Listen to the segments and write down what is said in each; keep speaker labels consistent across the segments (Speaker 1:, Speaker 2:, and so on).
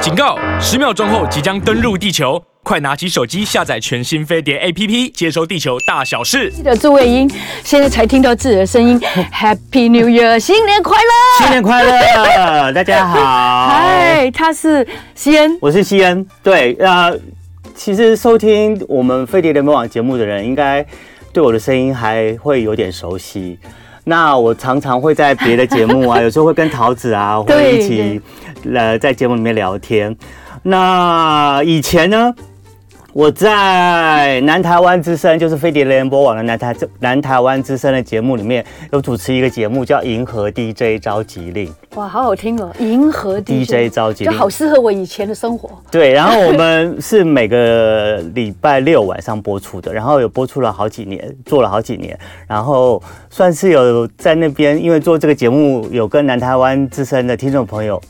Speaker 1: 警告！十秒钟后即将登陆地球，快拿起手机下载全新飞碟 APP，接收地球大小事。
Speaker 2: 记得祝卫英，现在才听到自己的声 音，Happy New Year，新年快乐！
Speaker 3: 新年快乐，大家好。
Speaker 2: 嗨，他是西恩，
Speaker 3: 我是西恩。对，呃，其实收听我们飞碟联盟网节目的人，应该对我的声音还会有点熟悉。那我常常会在别的节 目啊，有时候会跟桃子啊，会
Speaker 2: 对
Speaker 3: 一起呃在节目里面聊天。那以前呢，我在南台湾之声，就是飞碟联播网的南台南台湾之声的节目里面，有主持一个节目叫《银河 DJ 召集令》。
Speaker 2: 哇，好好听哦，银河
Speaker 3: DJ 召集
Speaker 2: 就
Speaker 3: 令
Speaker 2: 好适合我以前的生活。
Speaker 3: 对，然后我们是每个礼拜六晚上播出的，然后有播出了好几年，做了好几年，然后算是有在那边，因为做这个节目，有跟南台湾资深的听众朋友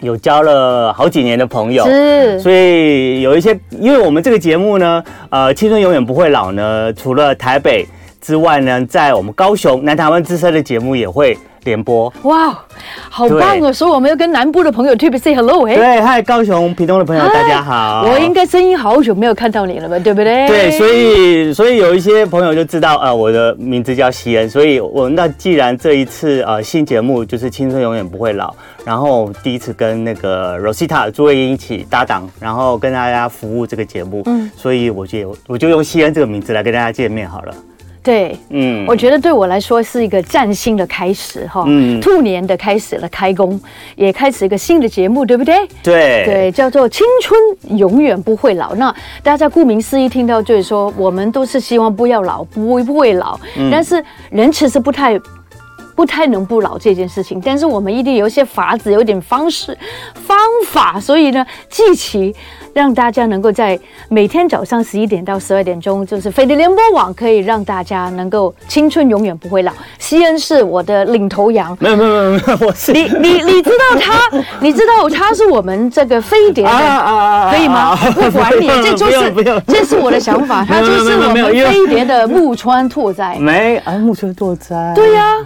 Speaker 3: 有交了好几年的朋友，
Speaker 2: 是，
Speaker 3: 所以有一些，因为我们这个节目呢，呃，青春永远不会老呢，除了台北之外呢，在我们高雄南台湾资深的节目也会联播。
Speaker 2: 哇，好棒哦！
Speaker 3: 对
Speaker 2: 所以我们要跟南部的朋友特别 say hello 哎。
Speaker 3: 对，嗨，高雄、屏东的朋友，大家好。
Speaker 2: 我应该声音好久没有看到你了吧，对不对？
Speaker 3: 对，所以所以有一些朋友就知道，呃，我的名字叫西恩，所以我那既然这一次呃新节目就是《青春永远不会老》，然后第一次跟那个 Rosita 朱慧英一起搭档，然后跟大家服务这个节目，嗯，所以我就我就用西恩这个名字来跟大家见面好了，
Speaker 2: 对
Speaker 3: 嗯，
Speaker 2: 我觉得对我来说是一个崭新的开始哈，
Speaker 3: 嗯
Speaker 2: 兔年的开始了，开工也开始一个新的节目，对不对？
Speaker 3: 对
Speaker 2: 对，叫做青春永远不会老。那大家顾名思义，听到就是说，我们都是希望不要老，不不会老。但是人其实不太。不太能不老这件事情，但是我们一定有一些法子，有点方式、方法，所以呢，记起，让大家能够在每天早上十一点到十二点钟，就是飞碟联播网，可以让大家能够青春永远不会老。西恩是我的领头羊，
Speaker 3: 没有没有没有没有，我 是
Speaker 2: 你你你知道他，你知道他是我们这个飞碟的。
Speaker 3: 啊
Speaker 2: 可以吗？不管 你，这就
Speaker 3: 不用
Speaker 2: 是
Speaker 3: 不
Speaker 2: 这
Speaker 3: 用，
Speaker 2: 是我的想法， 他
Speaker 3: 没
Speaker 2: 就
Speaker 3: 有没
Speaker 2: 是
Speaker 3: 有
Speaker 2: 我
Speaker 3: 没
Speaker 2: 们
Speaker 3: 有因为
Speaker 2: 飞碟的木川拓哉。
Speaker 3: 没啊，木村拓 哉，
Speaker 2: 对呀、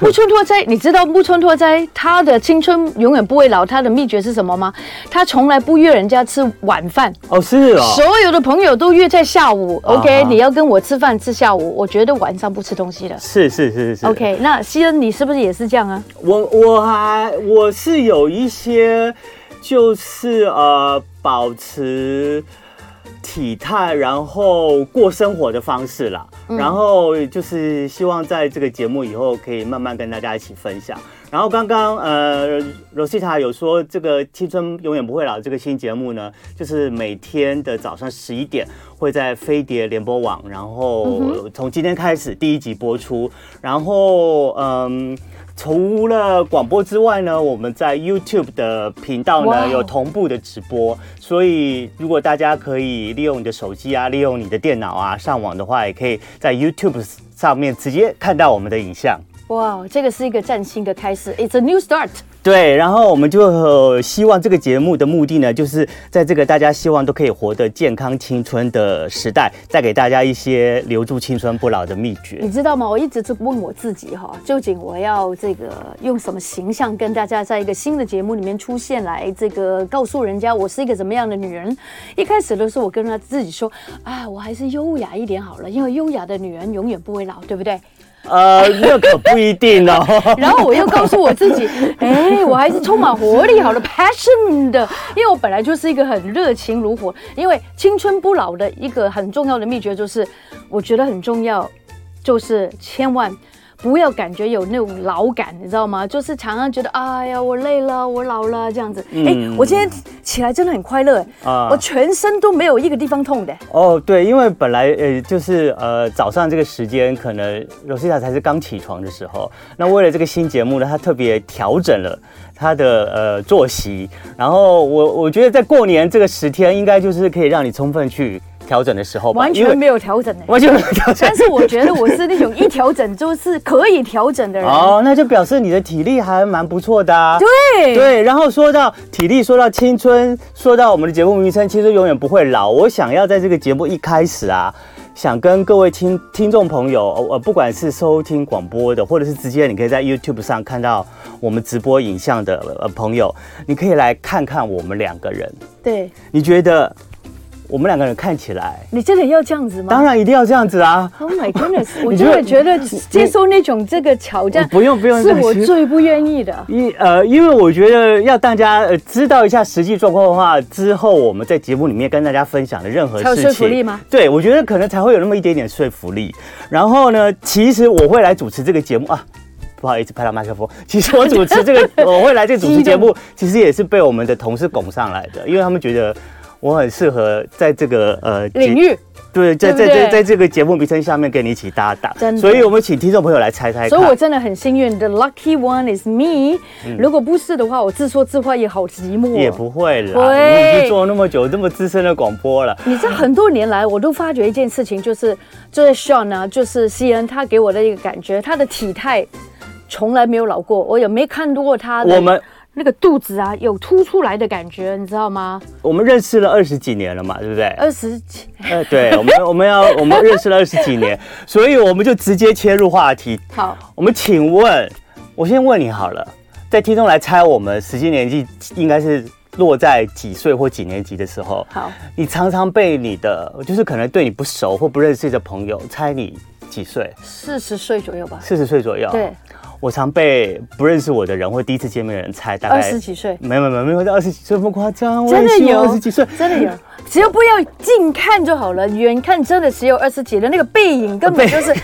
Speaker 2: 木村拓哉，你知道木村拓哉他的青春永远不会老，他的秘诀是什么吗？他从来不约人家吃晚饭，
Speaker 3: 哦是哦，
Speaker 2: 所有的朋友都约在下午。
Speaker 3: 啊
Speaker 2: OK，
Speaker 3: 哈
Speaker 2: 你要跟我吃饭吃下午，我觉得晚上不吃东西的。
Speaker 3: 是是是是
Speaker 2: OK，那西恩你是不是也是这样啊？
Speaker 3: 我我还我是有一些，就是呃保持体态，然后过生活的方式啦。然后就是希望在这个节目以后可以慢慢跟大家一起分享。然后刚刚呃，Rosita 有说这个《青春永远不会老》这个新节目呢，就是每天的早上十一点会在飞碟联播网，然后从今天开始第一集播出。然后嗯，除了广播之外呢，我们在 YouTube 的频道
Speaker 2: 哇哦
Speaker 3: 呢有同步的直播，所以如果大家可以利用你的手机啊，利用你的电脑啊上网的话，也可以在 YouTube 上面直接看到我们的影像。
Speaker 2: 哇，哦这个是一个崭新的开始，It's a new start。
Speaker 3: 对，然后我们就、呃希望这个节目的目的呢，就是在这个大家希望都可以活得健康青春的时代，再给大家一些留住青春不老的秘诀
Speaker 2: 你。知道吗？我一直是问我自己哈，究竟我要这个用什么形象跟大家在一个新的节目里面出现来，这个告诉人家我是一个怎么样的女人。一开始的时候，我跟他自己说啊，我还是优雅一点好了，因为优雅的女人永远不会老，对不对？
Speaker 3: 呃，那可不一定哦。
Speaker 2: 然后我又告诉我自己，哎，我还是充满活力好了，passion 的，因为我本来就是一个很热情如火，因为青春不老的一个很重要的秘诀就是，我觉得很重要，就是千万。不要感觉有那种老感，你知道吗？就是常常觉得，哎呀，我累了，我老了这样子。哎、
Speaker 3: 嗯
Speaker 2: 我今天起来真的很快乐，哎
Speaker 3: 啊
Speaker 2: 我全身都没有一个地方痛的。
Speaker 3: 哦，对，因为本来呃就是呃早上这个时间，可能 Rosita 才是刚起床的时候。那为了这个新节目呢，她特别调整了她的呃作息。然后我我觉得在过年这个十天，应该就是可以让你充分去调整的时候吧，
Speaker 2: 完
Speaker 3: 因为
Speaker 2: 全没有调整的。
Speaker 3: 完全没有调整
Speaker 2: 但。是我觉得我是那种一调整就是可以调整的人。
Speaker 3: 哦，那就表示你的体力还蛮不错的、啊。
Speaker 2: 对
Speaker 3: 对，然后说到体力，说到青春，说到我们的节目名称《青春永远不会老》，我想要在这个节目一开始啊，想跟各位听听众朋友，呃，不管是收听广播的，或者是直接你可以在 YouTube 上看到我们直播影像的呃朋友，你可以来看看我们两个人。
Speaker 2: 对
Speaker 3: 你觉得我们两个人看起来，
Speaker 2: 你真的要这样子吗？
Speaker 3: 当然一定要这样子啊！
Speaker 2: Oh my goodness！我
Speaker 3: 你觉
Speaker 2: 真
Speaker 3: 得
Speaker 2: 的觉得接受那种 这个挑战，
Speaker 3: 不用不用
Speaker 2: 是
Speaker 3: 担
Speaker 2: 我
Speaker 3: 心
Speaker 2: 最不愿意 的。
Speaker 3: 因呃，因为我觉得要大家呃知道一下实际状况的话，之后我们在节目里面跟大家分享的任何事
Speaker 2: 才有
Speaker 3: 情，
Speaker 2: 说服力吗？
Speaker 3: 对，我觉得可能才会有那么一点点说服力。然后呢，其实我会来主持这个节目啊。不好意思，拍到麦克风。 其实我主持这 个，我会来这个主持节目，其实也是被我们的同事拱上来的，因为他们觉得我很适合在这个呃
Speaker 2: 领域，
Speaker 3: 对，在在
Speaker 2: 对不
Speaker 3: 在
Speaker 2: 对
Speaker 3: 在这个节目名称下面跟你一起搭档
Speaker 2: 真，的
Speaker 3: 所以我们请听众朋友来猜哎猜看。嗯
Speaker 2: 所以我真的很幸运，the lucky one is me。如果不是的话，我自说自话也好寂寞。
Speaker 3: 也不会啦，
Speaker 2: 会
Speaker 3: 你已经做了那么久，这么资深的广播了，
Speaker 2: 你知道很多年来，我都发觉一件事情，就是就是 Sean 啊，就是西恩，他给我的一个感觉，他的体态从来没有老过，我也没看到过他的
Speaker 3: 我们
Speaker 2: 那个肚子啊有凸出来的感觉，你知道吗？
Speaker 3: 我们认识了二十几年了嘛，对不对？
Speaker 2: 二十几，
Speaker 3: 呃， 对，我们我们要我们认识了二十几年，所以我们就直接切入话题。
Speaker 2: 好，
Speaker 3: 我们请问，我先问你好了，在听众来猜我们实际年纪应该是落在几岁或几年级的时候？
Speaker 2: 好，
Speaker 3: 你常常被你的就是可能对你不熟或不认识的朋友猜你几岁？
Speaker 2: 四十岁左右吧。
Speaker 3: 四十岁左右。
Speaker 2: 对，
Speaker 3: 我常被不认识我的人或第一次见面的人猜大概
Speaker 2: 二十几岁。
Speaker 3: 没有没有没有到二十几岁不夸张，
Speaker 2: 真的有
Speaker 3: 二十几岁，
Speaker 2: 真的有，只要不要近看就好了，远看真的只有二十几的那个背影，根 本就是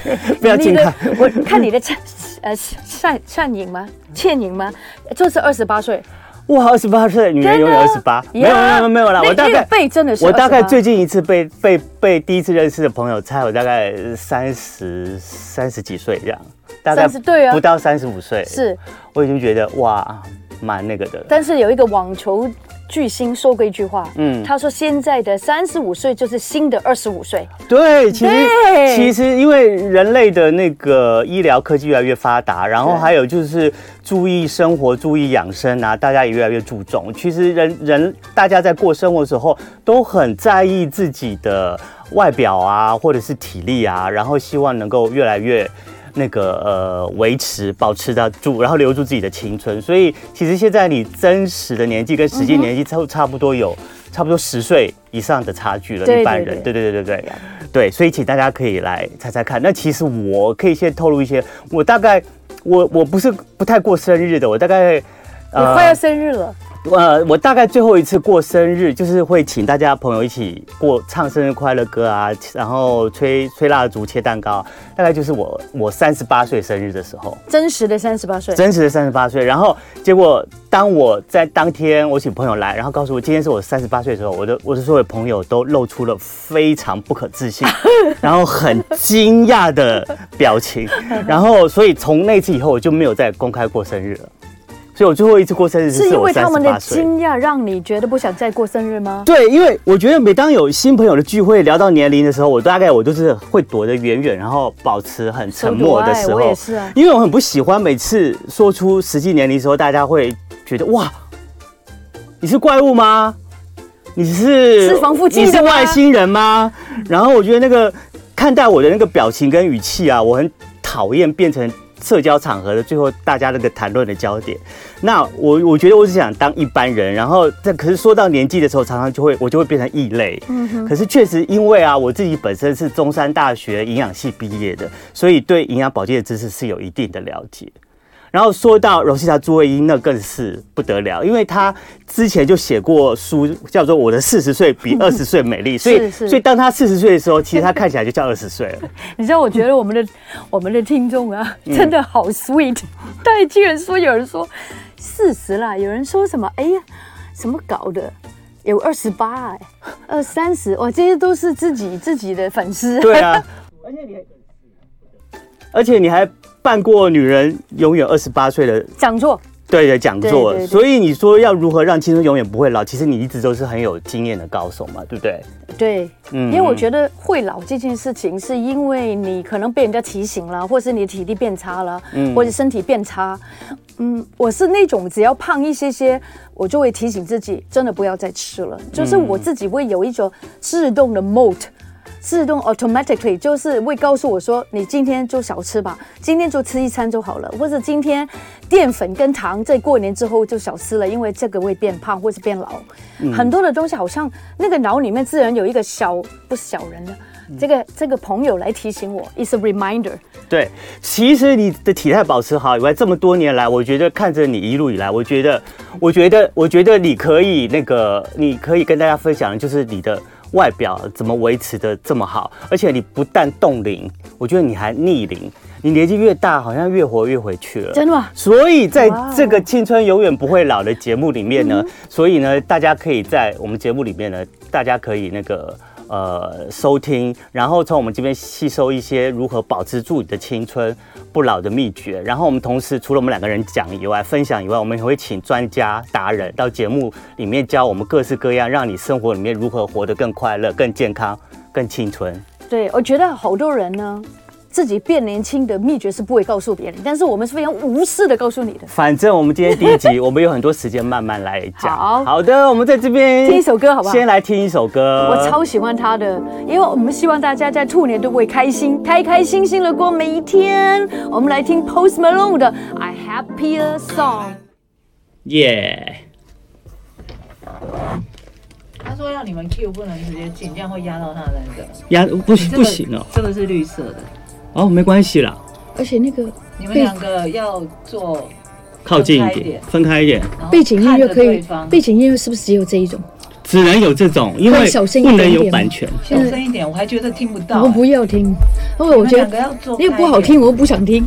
Speaker 3: 不要近看
Speaker 2: 你的。我看你的倩呃倩倩影吗？倩影吗？就是二十八岁，啊
Speaker 3: 哇，二十八岁女人永远二十八，没有没有没有啦，
Speaker 2: 那
Speaker 3: 我大
Speaker 2: 那个
Speaker 3: 概
Speaker 2: 背真的是
Speaker 3: 我大概
Speaker 2: 28
Speaker 3: 最近一次被被被第一次认识的朋友猜我大概三十三十几岁这样，大概
Speaker 2: 30对啊
Speaker 3: 不到三十五岁，
Speaker 2: 是，
Speaker 3: 我已经觉得哇，蛮那个的了，
Speaker 2: 但是有一个网球巨星说过一句话，嗯，他说现在的三十五岁就是新的二十五岁，
Speaker 3: 对，其实
Speaker 2: 对
Speaker 3: 其实因为人类的那个医疗科技越来越发达，然后还有就是注意生活、注意养生啊，大家也越来越注重。其实人人大家在过生活的时候都很在意自己的外表啊，或者是体力啊，然后希望能够越来越。那个呃，维持、保持得住，然后留住自己的青春。所以其实现在你真实的年纪跟实际年纪差差不多有差不多十岁以上的差距了，
Speaker 2: 对
Speaker 3: 一
Speaker 2: 对
Speaker 3: 般人。
Speaker 2: 对
Speaker 3: 对对对对对，对，所以请大家可以来猜猜看。那其实我可以先透露一些，我大概我我不是不太过生日的，我大概。啊
Speaker 2: 你快要生日了，
Speaker 3: 呃，我大概最后一次过生日，就是会请大家朋友一起过唱生日快乐歌啊，然后吹吹蜡烛、切蛋糕，大概就是我我三十八岁生日的时候。
Speaker 2: 真实的三十八岁，
Speaker 3: 真实的三十八岁。然后结果当我在当天我请朋友来，然后告诉我今天是我三十八岁的时候，我的我的所有朋友都露出了非常不可 置信，然后很惊讶的表 情。然后所以从那次以后我就没有再公开过生日了。所以我最后一次过生日
Speaker 2: 是因
Speaker 3: 我
Speaker 2: 为他
Speaker 3: 三十
Speaker 2: 们的
Speaker 3: 八岁。
Speaker 2: 惊讶让你觉得不想再过生日吗？
Speaker 3: 对，因为我觉得每当有新朋友的聚会聊到年龄的时候，我大概我都是会躲得远远，然后保持很沉默的时
Speaker 2: So do
Speaker 3: 候。
Speaker 2: I，我也是啊
Speaker 3: 因为我很不喜欢每次说出实际年龄的时候，大家会觉得哇，你是怪物吗？你是
Speaker 2: 是防腐剂
Speaker 3: 你是
Speaker 2: 的吗
Speaker 3: 外星人吗？然后我觉得那个看待我的那个表情跟语气啊，我很讨厌变成社交场合的最后大家那个谈论的焦点。那我我觉得我只想当一般人，然后但可是说到年纪的时候，常常就会我就会变成异类。
Speaker 2: 嗯
Speaker 3: 可是确实因为啊，我自己本身是中山大学营养系毕业的，所以对营养保健的知识是有一定的了解。然后说到柔西达朱慧英，那更是不得了，因为她之前就写过书，叫做《我的四十岁比二十岁美丽》，所以
Speaker 2: 是是
Speaker 3: 所以当她四十岁的时候，其实她看起来就叫二十岁了。
Speaker 2: 你知道，我觉得我们的 我们的听众啊，
Speaker 3: 嗯
Speaker 2: 真的好 sweet。但居然说有人说四十啦，有人说什么？哎呀，怎么搞的？有二十八哎，二三十，哇，这些都是自己自己的粉丝。
Speaker 3: 对啊， 而且你还，而且你还办过女人永远二十八岁的
Speaker 2: 讲座
Speaker 3: 对的讲座，
Speaker 2: 对对对
Speaker 3: 所以你说要如何让青春永远不会老，其实你一直都是很有经验的高手嘛，对不对？
Speaker 2: 对，
Speaker 3: 嗯
Speaker 2: 因为我觉得会老这件事情，是因为你可能被人家提醒了，或是你的体力变差了，
Speaker 3: 嗯
Speaker 2: 或者身体变差。嗯，我是那种只要胖一些些，我就
Speaker 3: 嗯
Speaker 2: 会提醒自己，真的不要再吃了。就是我自己会有一种自动的 mode，自动 automatically 就是会告诉我说，你今天就少吃吧，今天就吃一餐就好了，或者今天淀粉跟糖在过年之后就少吃了，因为这个会变胖或是变老。很多的东西好像那个脑里面自然有一个小不是小人了，啊这个这个朋友来提醒我，is a reminder。
Speaker 3: 对，其实你的体态保持好以外，这么多年来，我觉得看着你一路以来，我觉得，我觉得，我觉得你可以那个，你可以跟大家分享，就是你的外表怎么维持的这么好，而且你不但冻龄，我觉得你还逆龄。你年纪越大，好像越活越回去了。
Speaker 2: 真的吗
Speaker 3: 所以在这个《青春永远不会老》的节目里面呢，所以呢，大家可以在我们节目里面呢，大家可以那个呃收听，然后从我们这边吸收一些如何保持住你的青春不老的秘诀。然后我们同时除了我们两个人讲以外，分享以外，我们也会请专家达人到节目里面教我们各式各样，让你生活里面如何活得更快乐、更健康、更青春。
Speaker 2: 对，我觉得好多人呢，自己变年轻的秘诀是不会告诉别人，但是我们是非常无私的告诉你的。
Speaker 3: 反正我们今天第一集，我们有很多时间慢慢来讲。
Speaker 2: 好
Speaker 3: 的，我们在这边
Speaker 2: 听一首歌好不好
Speaker 3: 先来听一首歌。
Speaker 2: 我超喜欢他的，因为我们希望大家在兔年都会开心，开开心心的过每一天。我们来听 Post Malone 的《I Happier Song》。
Speaker 3: 耶
Speaker 4: 他说要你们 Q 不能直接进，这样会压到他的那个。
Speaker 3: 呀，不行
Speaker 4: 这个
Speaker 3: 不行哦，
Speaker 4: 这个是绿色的，
Speaker 3: 哦没关系啦，
Speaker 2: 而且那个
Speaker 4: 你们两个要做，
Speaker 3: 靠近一
Speaker 4: 分开一
Speaker 3: 点，
Speaker 4: 点
Speaker 3: 分开一点，
Speaker 4: 然后
Speaker 5: 背景音乐可
Speaker 4: 看着对
Speaker 5: 以
Speaker 4: 方，
Speaker 5: 背景音乐是不是只有这一种？
Speaker 3: 只能有这种，因为
Speaker 5: 会小声一
Speaker 3: 不
Speaker 5: 点
Speaker 3: 能
Speaker 5: 点
Speaker 3: 有版权。
Speaker 4: 小声一点，我还觉得听不到、
Speaker 5: 我不要听，因为
Speaker 4: 你
Speaker 5: 我
Speaker 4: 们
Speaker 5: 觉
Speaker 4: 两个
Speaker 5: 得
Speaker 4: 要做，
Speaker 5: 那个不好听，，我不想听，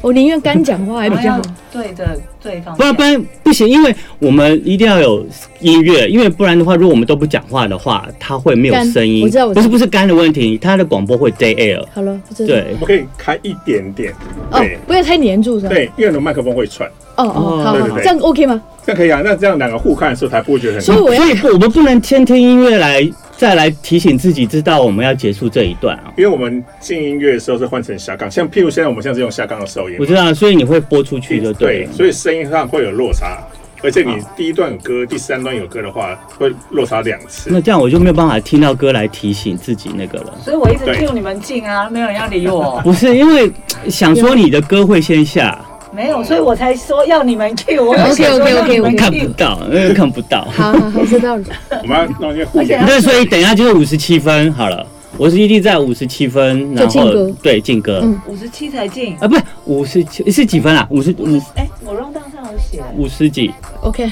Speaker 5: 我宁愿干讲话还比较
Speaker 4: 哎
Speaker 5: 好。。
Speaker 4: 对着对方
Speaker 3: 不
Speaker 4: 讲，
Speaker 3: 然不然不行，因为我们一定要有音乐，因为不然的话，如果我们都不讲话的话，它会没有
Speaker 5: 干
Speaker 3: 声音。
Speaker 5: 我知道我知
Speaker 3: 不
Speaker 5: 道
Speaker 3: 是不是干的问题，它的广播会 day air。
Speaker 5: 好了，这
Speaker 3: 对，
Speaker 6: 我可以开一点点，
Speaker 5: 哦
Speaker 6: 对、，
Speaker 5: 不要太黏住是吧？
Speaker 6: 对，因为我的麦克风会喘，
Speaker 5: 哦哦，好好
Speaker 3: 嗯对
Speaker 6: 对
Speaker 5: 好，
Speaker 6: 对
Speaker 5: 这样 OK 吗？
Speaker 6: 这样可以啊。那这样两个互看的时候才不会觉得很。
Speaker 5: 所以我要
Speaker 3: 所以不我们不能先听音乐来再来提醒自己，知道我们要结束这一段啊。
Speaker 6: 因为我们进音乐的时候是换成下杠，像譬如现在我们现在是用下杠的收音
Speaker 3: 我，知道，所以你会播出去就对
Speaker 6: 对
Speaker 3: 了，。
Speaker 6: 所以声音上会有落差，而且你第一段有歌，第三段有歌的话，会落差两次。
Speaker 3: 那这样我就没有办法听到歌来提醒自己那个了。
Speaker 4: 所以我一直
Speaker 6: 对
Speaker 4: Q 你们进啊，没有人要 理我，
Speaker 3: 不是因为想说你的歌会先下，
Speaker 4: 没有，所以我才说要你们 Q 我。
Speaker 5: OK，OK，OK，OK
Speaker 3: 我看不
Speaker 4: Q，
Speaker 3: 到，那个看不到。
Speaker 5: 好好好，知道了。
Speaker 6: 我们要弄一些互
Speaker 4: 而且
Speaker 6: 演
Speaker 4: 要，
Speaker 3: 那所以等一下就是五十七分好了，我是一定在五十七分，然
Speaker 5: 就进
Speaker 3: 后
Speaker 5: 歌
Speaker 3: 对进歌
Speaker 5: 嗯
Speaker 4: 五十七才进，
Speaker 3: 啊，不是五十七是几分啊？五十
Speaker 4: 五
Speaker 5: 嗯
Speaker 4: 十
Speaker 3: 五
Speaker 4: 哎，我 round down 上有写，
Speaker 3: 五十几？
Speaker 5: OK，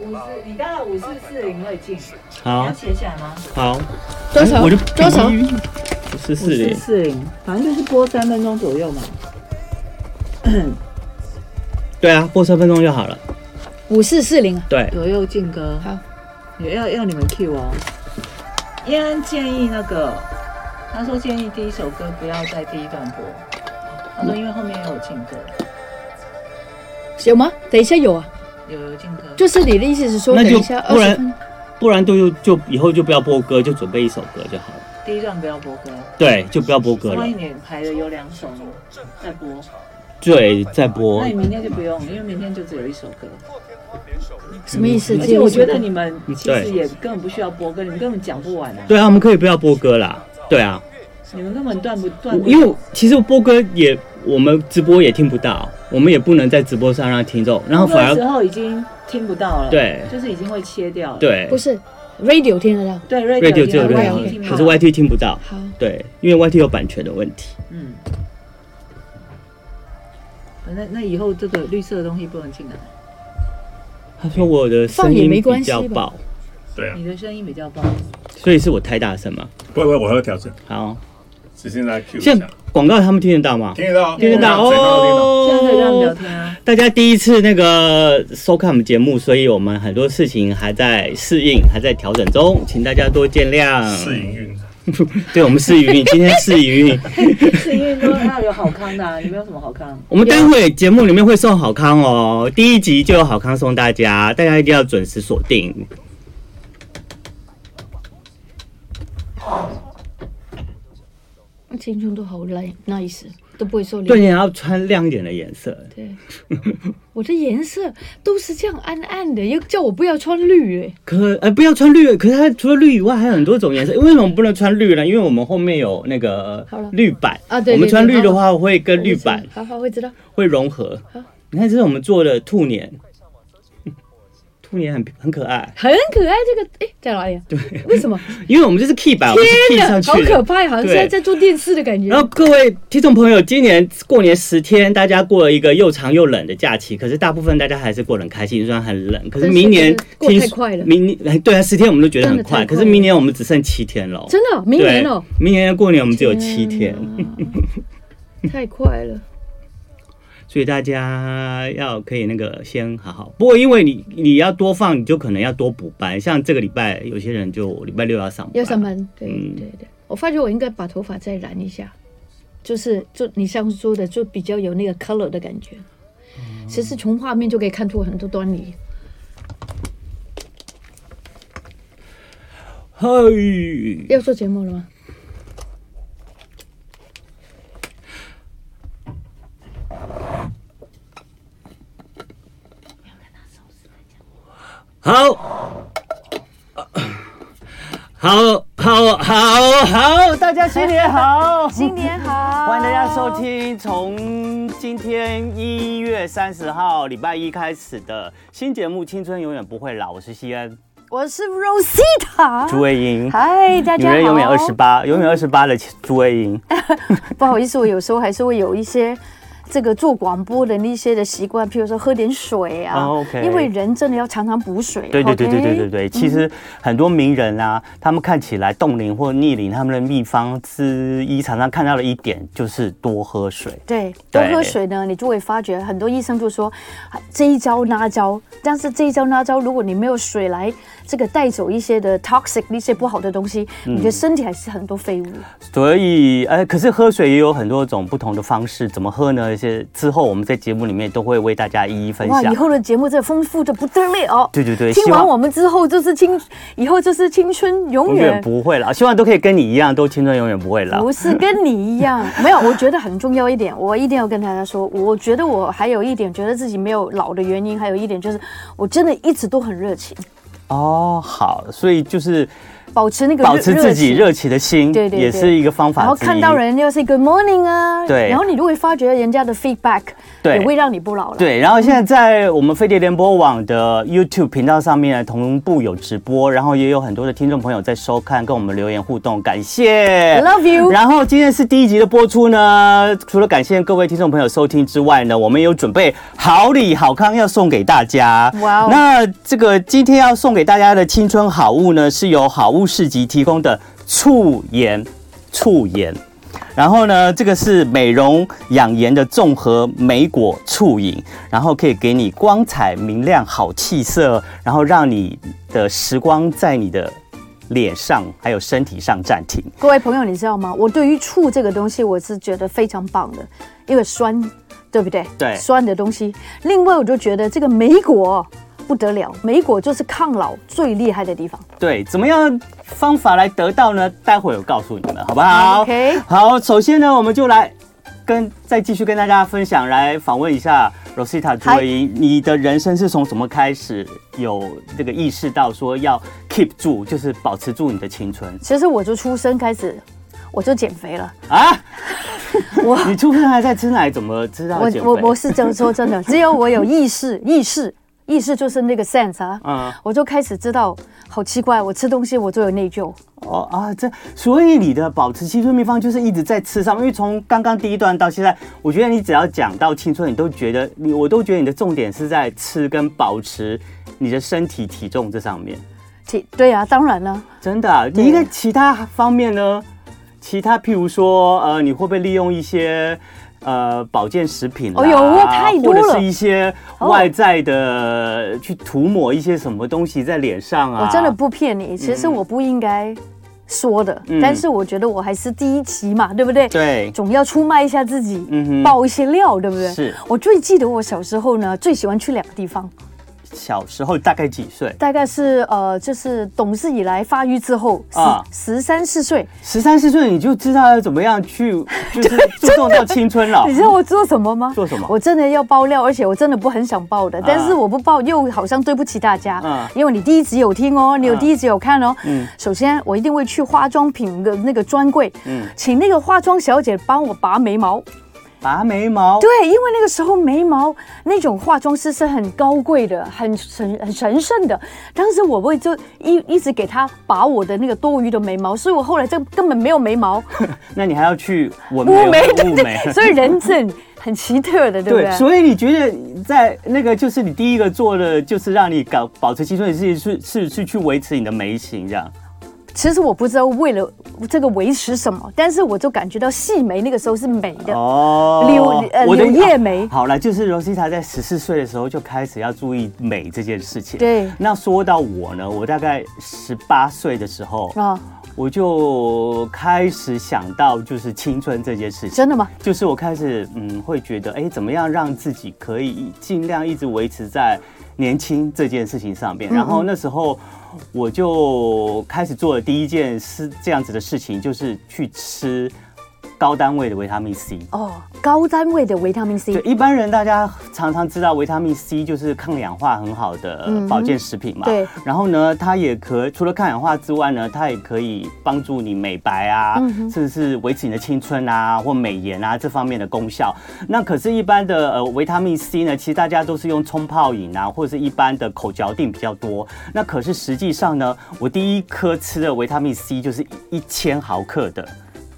Speaker 4: 五十，你大概五四四零会进，你
Speaker 3: 好
Speaker 4: 要写起来吗？
Speaker 3: 好，
Speaker 5: 多少
Speaker 3: 哎我就
Speaker 5: 多少
Speaker 3: 五十四零。
Speaker 4: 四零，反正就是播三分钟左右嘛。
Speaker 3: 对啊，播三分钟就好了。
Speaker 5: 五四四零啊，
Speaker 3: 对，
Speaker 4: 左右进歌，
Speaker 5: 好，
Speaker 4: 也要要你们 Q 哦。燕安建议那个，他说建议第一首歌不要在第一段播，他
Speaker 3: 嗯
Speaker 4: 说因为后面也有进歌，
Speaker 5: 有吗？等一下有啊，
Speaker 4: 有有进歌，
Speaker 5: 就是你的意思是说，
Speaker 3: 那
Speaker 5: 等
Speaker 3: 就
Speaker 5: 一下
Speaker 3: 不然
Speaker 5: 20分
Speaker 3: 不然就就以后就不要播歌，就准备一首歌就好了。
Speaker 4: 第一段不要播歌。
Speaker 3: 对，就不要播歌了
Speaker 4: 万一。你排的有两首呢，再播，
Speaker 3: 对，再播
Speaker 4: 那你明天就不用，因为明天就只有一首歌。
Speaker 5: 什么意思？
Speaker 4: 而
Speaker 5: 这
Speaker 4: 且
Speaker 5: 个
Speaker 4: 我
Speaker 5: 为什么
Speaker 4: 觉得你们其
Speaker 3: 啊对
Speaker 4: 实也根本不需要播歌，你们根本讲不完啊，
Speaker 3: 对啊，我们可以不要播歌啦。对啊，
Speaker 4: 你们根本断不断
Speaker 3: 我
Speaker 4: 不。
Speaker 3: 因为其实播歌也我们直播也听不到，我们也不能在直播上让听众，然后
Speaker 4: 播
Speaker 3: 反
Speaker 4: 的时
Speaker 3: 而
Speaker 4: 候已经听不到了，
Speaker 3: 对
Speaker 4: 就是已经会切掉了。
Speaker 3: 对
Speaker 5: 不是 radio 听得到。
Speaker 4: 对
Speaker 3: radio
Speaker 4: ，radio
Speaker 3: 只有
Speaker 4: 听
Speaker 5: 对
Speaker 4: 到
Speaker 5: 啊
Speaker 4: YT
Speaker 3: radio，
Speaker 4: 听不
Speaker 3: 可
Speaker 4: 到
Speaker 3: 是 YT 听不到。
Speaker 5: 好，
Speaker 3: 对，因为 YT 有版权的问题。
Speaker 4: 嗯，呃那那以后这个绿色的东西不能进来，
Speaker 3: 他说我的声
Speaker 5: 放也
Speaker 3: 音
Speaker 5: 没关
Speaker 3: 比
Speaker 5: 系吧
Speaker 3: 较爆，
Speaker 6: 对啊
Speaker 4: 你，的声音比较爆。
Speaker 3: 所以是我太大声嘛。
Speaker 6: 不会不会，我会调整，
Speaker 3: 好，
Speaker 6: 只是来 Q 一
Speaker 3: 现
Speaker 6: 下
Speaker 3: 在，广告他们听得到吗？
Speaker 6: 听得到，
Speaker 3: 听得到
Speaker 6: 整个都
Speaker 4: 现在
Speaker 6: 听得到。
Speaker 4: 可以跟他们聊
Speaker 3: 哦。
Speaker 4: 天啊，
Speaker 3: 大家第一次那个收看我们节目，所以我们很多事情还在适应，还在调整中，请大家多见谅。
Speaker 6: 试营运，
Speaker 3: 对，我们试营运，今天试 营运。
Speaker 4: 是因为都要有好康的、啊， 你没有什么好康。
Speaker 3: 我们待会节目里面会送好康哦，第一集就有好康送大家，大家一定要准时锁定。
Speaker 5: 嗯青春都好累，nice 都不会受
Speaker 3: 对，
Speaker 5: 力。
Speaker 3: 你要穿亮一点的颜色。
Speaker 5: 对，我的颜色都是这样暗暗的，又叫我不要穿绿哎、
Speaker 3: 可呃不要穿绿，可是它除了绿以外还有很多种颜色。为什么不能穿绿呢？因为我们后面有那个
Speaker 5: 好了
Speaker 3: 绿板
Speaker 5: 啊对
Speaker 3: 我们
Speaker 5: 对
Speaker 3: 穿
Speaker 5: 对
Speaker 3: 绿的
Speaker 5: 好
Speaker 3: 话会跟绿板
Speaker 5: 好好会知道。
Speaker 3: 会融合
Speaker 5: 好。
Speaker 3: 你看，这是我们做的兔年， 兔年很很可爱，
Speaker 5: 很可爱，这个哎、在哪里啊？对，为什么？
Speaker 3: 因为我们这是 key 板，我们是 key
Speaker 5: 天哪，
Speaker 3: 上
Speaker 5: 好
Speaker 3: 去
Speaker 5: 可
Speaker 3: 的。
Speaker 5: 怕，好像
Speaker 3: 对
Speaker 5: 现在在做电视的感觉
Speaker 3: 然。后各位听众朋友，今年过年十天，大家过了一个又长又冷的假期，可是大部分大家还是过得很开心，虽然很冷。可
Speaker 5: 但
Speaker 3: 是
Speaker 5: 是
Speaker 3: 明年
Speaker 5: 这个过
Speaker 3: 听
Speaker 5: 太快了
Speaker 3: 明年对啊，十天我们都觉得很
Speaker 5: 真的
Speaker 3: 快，
Speaker 5: 太
Speaker 3: 可
Speaker 5: 快
Speaker 3: 是明年我们只剩七天了。
Speaker 5: 真的哦、明年哦、
Speaker 3: 对，明年过年我们只有七天，
Speaker 5: 天啊， 太快了。
Speaker 3: 所以大家要可以那个先好好。不过因为你你要多放，你就可能要多补班。像这个礼拜有些人就礼拜六要上班，
Speaker 5: 要上班，对
Speaker 3: 嗯
Speaker 5: 对对，我发觉我应该把头发再染一下，就是就你上次说的，就比较有那个 color 的感觉。其实从画面就可以看出很多端倪。
Speaker 3: 嘿，
Speaker 5: 要做节目了吗？
Speaker 3: 好。好好好好，大家新年好！
Speaker 2: 新年好，
Speaker 3: 欢迎大家收听从今天一月三十号礼拜一开始的新节目《青春永远不会老》，我是西恩，
Speaker 2: 我是 Rosita，
Speaker 3: 朱卫英。
Speaker 2: 嗨，大
Speaker 3: 女
Speaker 2: 家好，
Speaker 3: 人永远二十八，永远二十八的朱卫英。
Speaker 2: 不好意思，我有时候还是会有一些这个做广播的那些的习惯，譬如说喝点水啊、
Speaker 3: 哦，OK
Speaker 2: 因为人真的要常常补水。
Speaker 3: 对对对对对对
Speaker 2: OK？
Speaker 3: 对，其
Speaker 2: 嗯
Speaker 3: 实很多名人啊，他们看起来冻龄或逆龄，他们的秘方之一，常常看到的一点就是多喝水。
Speaker 2: 对，多
Speaker 3: 对
Speaker 2: 喝水呢，你就会发觉很多医生就说啊这一招那招，但是这一招那招，如果你没有水来这个带走一些的 toxic 一些不好的东西，
Speaker 3: 嗯
Speaker 2: 你的身体还是很多废物。
Speaker 3: 所以，呃，可是喝水也有很多种不同的方式，怎么喝呢？一些之后我们在节目里面都会为大家一一分
Speaker 2: 哇，
Speaker 3: 享
Speaker 2: 以。后的节目真的丰富的不得了。哦
Speaker 3: 对对对，
Speaker 2: 听
Speaker 3: 希
Speaker 2: 完
Speaker 3: 望
Speaker 2: 我们之后就是青，以后就是青春永
Speaker 3: 永远
Speaker 2: 远
Speaker 3: 不会老，希望都可以跟你一样，都青春永远不会老
Speaker 2: 不。是跟你一样， 没有，我觉得很重要一点，我一定要跟大家说，我觉得我还有一点觉得自己没有老的原因，还有一点就是我真的一直都很热情，
Speaker 3: 哦，好，所以就是
Speaker 2: 保持那个热
Speaker 3: 保持自己。热情的心，
Speaker 2: 对对对
Speaker 3: 也是一个方法
Speaker 2: 然后
Speaker 3: 之
Speaker 2: 看
Speaker 3: 一
Speaker 2: 到人又是 Good morning 啊，
Speaker 3: 对
Speaker 2: 然后你就会发觉人家的 feedback
Speaker 3: 对
Speaker 2: 也会让你不老了。
Speaker 3: 对，然后现在在我们飞碟联播网的 YouTube 频道上面同步有直播，然后也有很多的听众朋友在收看，跟我们留言互动，感谢。
Speaker 2: ，Love you。
Speaker 3: 然后今天是第一集的播出呢，除了感谢各位听众朋友收听之外呢，我们也有准备好礼好康要送给大家。
Speaker 2: 哇哦
Speaker 3: 那这个今天要送给大家的青春好物呢，是由好物市集提供的醋盐，醋盐。然后呢，这个是美容养颜的综合莓果醋饮，然后可以给你光彩明亮、好气色，然后让你的时光在你的脸上还有身体上暂停。
Speaker 2: 各位朋友，你知道吗？我对于醋这个东西，我是觉得非常棒的，因为酸，对不对？
Speaker 3: 对
Speaker 2: 酸的东西。另外，我就觉得这个梅果不得了，梅果就是抗老最厉害的地方。
Speaker 3: 对，怎么样方法来得到呢？待会儿我告诉你们，好不好
Speaker 2: OK
Speaker 3: 好，首先呢，我们就来跟再继续跟大家分享，来访问一下 Rosita 朱慧英，你的人生是从什么开始有这个意识到说要 keep 住，就是保持住你的青春
Speaker 2: 其实我就出生开始，我就减肥了。
Speaker 3: 啊？
Speaker 2: 我
Speaker 3: 你出生还在吃奶，怎么知道
Speaker 2: 我
Speaker 3: 减肥？
Speaker 2: 我我是这样说真的，只有我有意识，意识意识就是那个 sense 啊，
Speaker 3: 嗯
Speaker 2: 我就开始知道，好奇怪，我吃东西我就有内疚。
Speaker 3: 哦啊，这所以你的保持青春秘方就是一直在吃上面，因为从刚刚第一段到现在，我觉得你只要讲到青春，你都觉得你我都觉得你的重点是在吃跟保持你的身体体重这上面，
Speaker 2: 体对啊，当然了，
Speaker 3: 真的啊、你应该其他方面呢，其他譬如说呃，你会不会利用一些？呃，保健食品啦，
Speaker 2: 哦有我太多了
Speaker 3: 或者是一些外在的、去涂抹一些什么东西在脸上啊。
Speaker 2: 我哦真的不骗你，其实我不应该说的，
Speaker 3: 嗯
Speaker 2: 但是我觉得我还是第一期嘛，对不对？
Speaker 3: 对，
Speaker 2: 总要出卖一下自己，
Speaker 3: 嗯哼
Speaker 2: 爆一些料，对不对？
Speaker 3: 是
Speaker 2: 我最记得我小时候呢，最喜欢去两个地方，
Speaker 3: 小时候大概几岁？
Speaker 2: 大概是呃，就是懂事以来发育之后，
Speaker 3: 啊
Speaker 2: 十十三四岁，
Speaker 3: 十三四岁你就知道要怎么样去，就是注重到青春了。
Speaker 2: 你知道我做什么吗？
Speaker 3: 做什么啊
Speaker 2: 我真的要爆料，而且我真的不很想爆的，但是我不爆又好像对不起大家，
Speaker 3: 嗯
Speaker 2: 因为你第一集有听哦，你有
Speaker 3: 嗯
Speaker 2: 第一集有看哦。
Speaker 3: 嗯
Speaker 2: 首先我一定会去化妆品的那个专柜，
Speaker 3: 嗯
Speaker 2: 请那个化妆小姐帮我拔眉毛。
Speaker 3: 拔眉毛，
Speaker 2: 对，因为那个时候眉毛那种化妆师是很高贵的，很神很神圣的。当时我会就一一直给她拔我的那个多余的眉毛，所以我后来就根本没有眉毛，
Speaker 3: 那你还要去纹
Speaker 2: 雾眉，对
Speaker 3: 雾眉
Speaker 2: 对，。所以人是很很奇特的，对不对？
Speaker 3: 所以你觉得在那个就是你第一个做的，就是让你搞保持青春的事情是是是去维持你的眉形这样。
Speaker 2: 其实我不知道为了这个维持什么，但是我就感觉到细眉那个时候是美的。
Speaker 3: 哦
Speaker 2: 柳呃
Speaker 3: 我的
Speaker 2: 柳叶眉
Speaker 3: 好了，就是 Rosita 在十四岁的时候就开始要注意美这件事情。
Speaker 2: 对
Speaker 3: 那说到我呢，我大概十八岁的时候，
Speaker 2: 啊，
Speaker 3: 我就开始想到就是青春这件事情。
Speaker 2: 真的吗？
Speaker 3: 就是我开始嗯会觉得，哎，怎么样让自己可以尽量一直维持在年轻这件事情上面。
Speaker 2: 嗯
Speaker 3: 然后那时候我就开始做的第一件是这样子的事情，就是去吃高单位的维他命 C。
Speaker 2: 哦，高单位的维他命
Speaker 3: 对
Speaker 2: C，
Speaker 3: 一般人，大家常常知道维他命 C 就是抗氧化很好的
Speaker 2: 嗯哼
Speaker 3: 保健食品嘛。
Speaker 2: 对。
Speaker 3: 然后呢，它也可除了抗氧化之外呢，它也可以帮助你美白啊，
Speaker 2: 嗯
Speaker 3: 甚至是维持你的青春啊或美颜啊这方面的功效。那可是，一般的呃维他命 C 呢，其实大家都是用冲泡饮啊，或者是一般的口嚼定比较多。那可是实际上呢，我第一颗吃的维他命 C 就是一千毫克的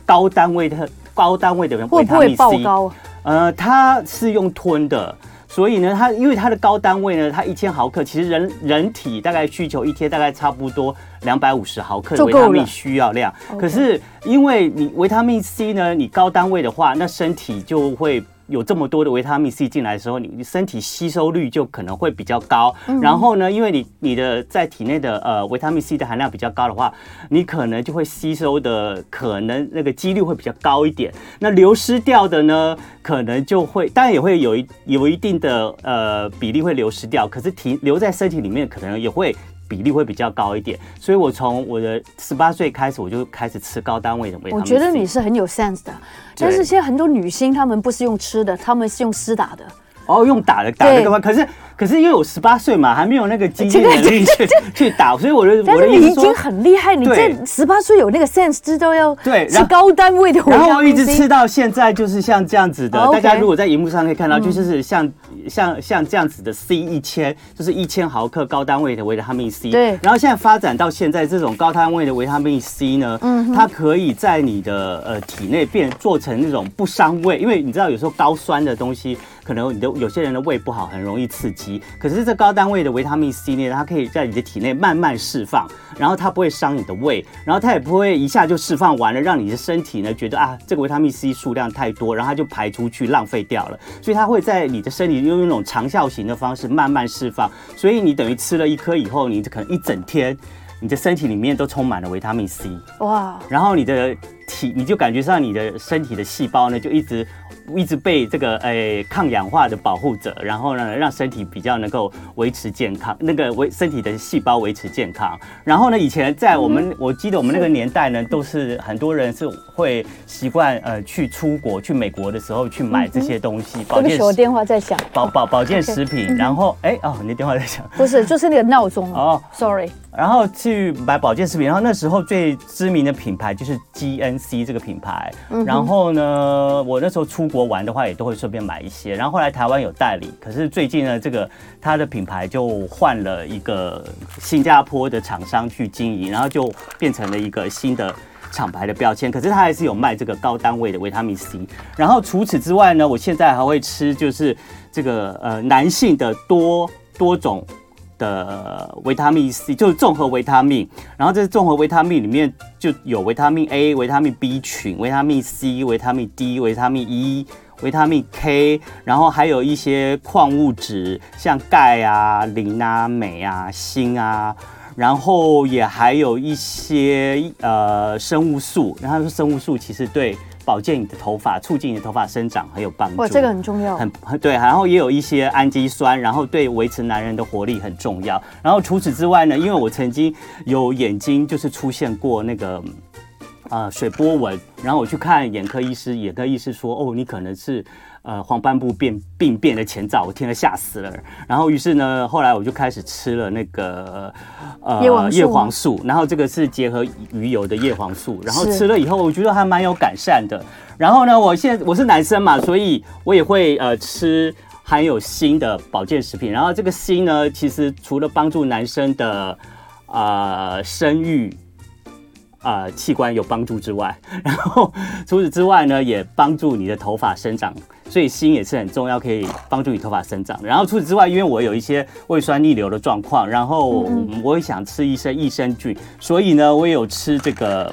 Speaker 3: 高单位的高单位的维
Speaker 2: 会不
Speaker 3: 他
Speaker 2: 会
Speaker 3: 命 C。
Speaker 2: 爆高？啊
Speaker 3: 呃，它是用吞的，所以呢，它因为它的高单位呢，它一千毫克，其实人人体大概需求一天大概差不多两百五十毫克的
Speaker 2: 就
Speaker 3: 维
Speaker 2: 够
Speaker 3: 他命
Speaker 2: 了
Speaker 3: 需要量。
Speaker 2: OK
Speaker 3: 可是因为你维他命 C 呢，你高单位的话，那身体就会。有这么多的维他命 C 进来的时候，你你身体吸收率就可能会比较高。
Speaker 2: 嗯
Speaker 3: 然后呢，因为你你的在体内的呃维他命 C 的含量比较高的话，你可能就会吸收的可能那个几率会比较高一点。那流失掉的呢，可能就会当然也会有一有一定的呃比例会流失掉，可是停留在身体里面可能也会比例会比较高一点。所以我从我的十八岁开始，我就开始吃高单位的维他
Speaker 2: 我
Speaker 3: 命 C。
Speaker 2: 觉得你是很有 sense 的，但是现在很多女星她们不是用吃的，她们是用施打的。
Speaker 3: 哦用打的打的干嘛？可是可是因为我十八岁嘛，还没有那个经济
Speaker 2: 这个
Speaker 3: 能力去去打，所以我的
Speaker 2: 但
Speaker 3: 我
Speaker 2: 是
Speaker 3: 的意
Speaker 2: 你
Speaker 3: 思
Speaker 2: 已
Speaker 3: 说
Speaker 2: 经很厉害，你
Speaker 3: 对
Speaker 2: 这十八岁有那个 sense，知道要
Speaker 3: 对然
Speaker 2: 吃
Speaker 3: 后
Speaker 2: 高单位的维
Speaker 3: 然后
Speaker 2: 他
Speaker 3: 我一
Speaker 2: 命
Speaker 3: 直吃
Speaker 2: C。
Speaker 3: 到现在，就是像这样子的。
Speaker 2: 哦
Speaker 3: 大
Speaker 2: ，OK 嗯
Speaker 3: 家如果在荧幕上可以看到，就是像像像这样子的 C 一千，就是一千毫克高单位的维他命 C。
Speaker 2: 对
Speaker 3: 然后现在发展到现在，这种高单位的维他命 C 呢，
Speaker 2: 嗯
Speaker 3: 它可以在你的呃体内变做成那种不伤胃，因为你知道有时候高酸的东西，可能你的有些人的胃不好，很容易刺激。可是这高单位的维他命 C 呢，它可以在你的体内慢慢释放，然后它不会伤你的胃，然后它也不会一下就释放完了，让你的身体呢觉得啊这个维他命 C 数量太多，然后它就排出去浪费掉了。所以它会在你的身体用那种长效型的方式慢慢释放。所以你等于吃了一颗以后，你可能一整天。你的身体里面都充满了维他命 C，
Speaker 2: 哇，
Speaker 3: 然后你的体你就感觉上你的身体的细胞呢就一直一直被这个诶、抗氧化的保护着，然后呢让身体比较能够维持健康，那个维身体的细胞维持健康。然后呢，以前在我们、我记得我们那个年代呢，都是很多人是会习惯呃去出国去美国的时候去买这些东西，
Speaker 2: 对不起，我
Speaker 3: 食
Speaker 2: 电话在响，
Speaker 3: 保保保健食品，然后哎哦你的电话在响。
Speaker 2: 不是，就是那个闹钟。
Speaker 3: 哦
Speaker 2: 哦，sorry。
Speaker 3: 然后去买保健食品，然后那时候最知名的品牌就是 GNC 这个品牌。然后呢，我那时候出国玩的话，也都会顺便买一些。然后后来台湾有代理，可是最近呢，这个它的品牌就换了一个新加坡的厂商去经营，然后就变成了一个新的。厂牌的标签，可是它还是有卖这个高单位的维他命 C。然后除此之外呢，我现在还会吃就是这个呃男性的多多种的维他命 C，就是综合维他命。然后这综合维他命里面就有维他命 A、维他命 B 群、维他命 C、维他命 D、维他命 E、维他命 K，然后还有一些矿物质，像钙啊、磷啊、镁啊、锌啊。然后也还有一些呃生物素，然后它说生物素其实对保健你的头发，促进你的头发生长很有帮助。
Speaker 2: 哇，这个很重要。
Speaker 3: 很很对，然后也有一些氨基酸，然后对维持男人的活力很重要。然后除此之外呢，因为我曾经有眼睛就是出现过那个。嗯呃，水波纹，然后我去看眼科医师，眼科医师说，哦，你可能是呃黄斑部变病变的前兆，我听了吓死了。然后于是呢，后来我就开始吃了那个呃
Speaker 2: 叶黄素吗
Speaker 3: 叶黄素，然后这个是结合鱼油的叶黄素，然后
Speaker 2: 是
Speaker 3: 吃了以后，我觉得还蛮有改善的。然后呢，我现在我是男生嘛，所以我也会呃吃含有锌的保健食品。然后这个锌呢，其实除了帮助男生的呃生育呃器官有帮助之外， 然后除此之外呢，也帮助你的头发生长，所以锌也是很重要，可以帮助你头发生长的。然后除此之外，因为我有一些胃酸逆流的状况，然后嗯我也想吃益生益生菌，所以呢，我也有吃这个。